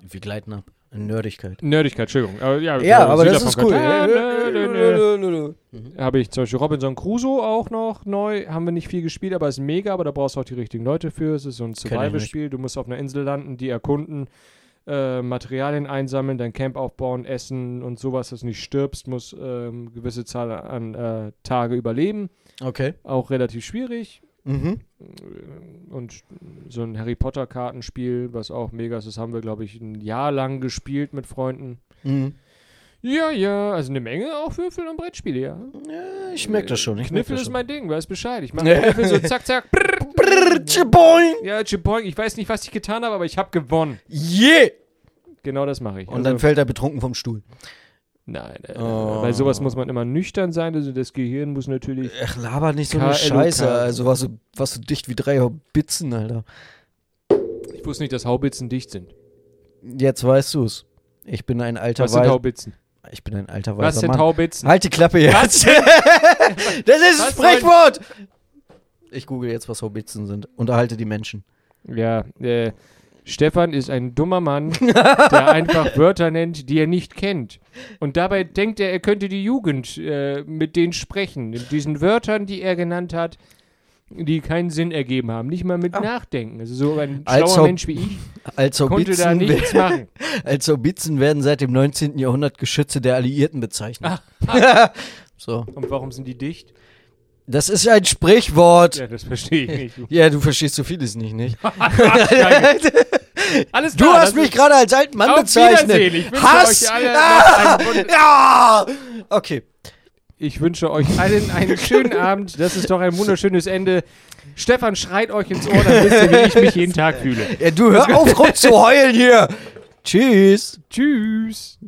Wir gleiten ab. in Nerdigkeit.
Nerdigkeit, Entschuldigung. Aber ja,
Ja,
äh,
aber das
Südafrika-
ist cool.
Ja, nö, nö, nö.
Mhm.
Habe ich zum Beispiel Robinson Crusoe auch noch neu. Haben wir nicht viel gespielt, aber ist mega, aber da brauchst du auch die richtigen Leute für. Es ist so ein
ich nicht.
Survival-Spiel. Du musst auf einer Insel landen, die erkunden, äh, Materialien einsammeln, dein Camp aufbauen, essen und sowas, dass du nicht stirbst, musst ähm, gewisse Zahl an äh, Tage überleben.
Okay.
Auch relativ schwierig.
Mhm.
Und so ein Harry Potter-Kartenspiel, was auch mega ist, das haben wir, glaube ich, ein Jahr lang gespielt mit Freunden.
Mhm.
Ja, ja, also eine Menge auch Würfel und Brettspiele, ja.
Ja, ich merke das schon. Ich merk
Kniffel
das
ist
schon.
mein Ding, weißt Bescheid. Ich mache
Ja.
Kniffel so zack, zack. Brrr.
Brrr, tscheboing.
Ja, Chipoing, ich weiß nicht, was ich getan habe, aber ich habe gewonnen.
Yeah!
genau das mache ich.
Und dann
Also-
fällt er betrunken vom Stuhl.
nein, äh,
Oh.
bei sowas muss man immer nüchtern sein. Also das Gehirn muss natürlich
Ach, laber nicht so eine
KLOK.
Scheiße. Also warst du, warst du dicht wie drei Bitzen, Alter.
Ich wusste nicht, dass Haubitzen dicht sind.
Jetzt weißt du es. Ich bin ein alter
Was sind
Wei-
Haubitzen?
Ich bin ein alter weißer
Was sind
Mann.
Haubitzen?
Halt die Klappe jetzt. das ist ein
Was
Sprichwort. Ich google jetzt, was Hobitzen sind. Unterhalte die Menschen.
Ja, äh, Stefan ist ein dummer Mann, der einfach Wörter nennt, die er nicht kennt. Und dabei denkt er, er könnte die Jugend äh, mit denen sprechen. Mit diesen Wörtern, die er genannt hat, die keinen Sinn ergeben haben. Nicht mal mit Nachdenken. Also so ein schlauer
Als Hau-
Mensch wie ich
Als
konnte da
Hobitzen,
nichts machen.
als Hobitzen Also werden seit dem 19. Jahrhundert Geschütze der Alliierten bezeichnet.
Ah.
so.
Und warum sind die dicht?
Das ist ein Sprichwort.
Ja, das verstehe ich nicht.
Ja, du verstehst so vieles nicht, nicht?
Alles
Du
klar,
hast
das
mich
ist-
gerade als alten Mann
Auf
bezeichnet.
Wiedersehen. Ich wünsche
Hass!
euch alle
ah!
noch einen wunder-
ja! Okay.
Ich wünsche euch allen einen schönen Abend. Das ist doch ein wunderschönes Ende. Stefan schreit euch ins Ohr, dann wisst ihr, wie ich mich jeden Tag fühle.
Ja, du hör auf rumzuheulen hier. Tschüss.
Tschüss.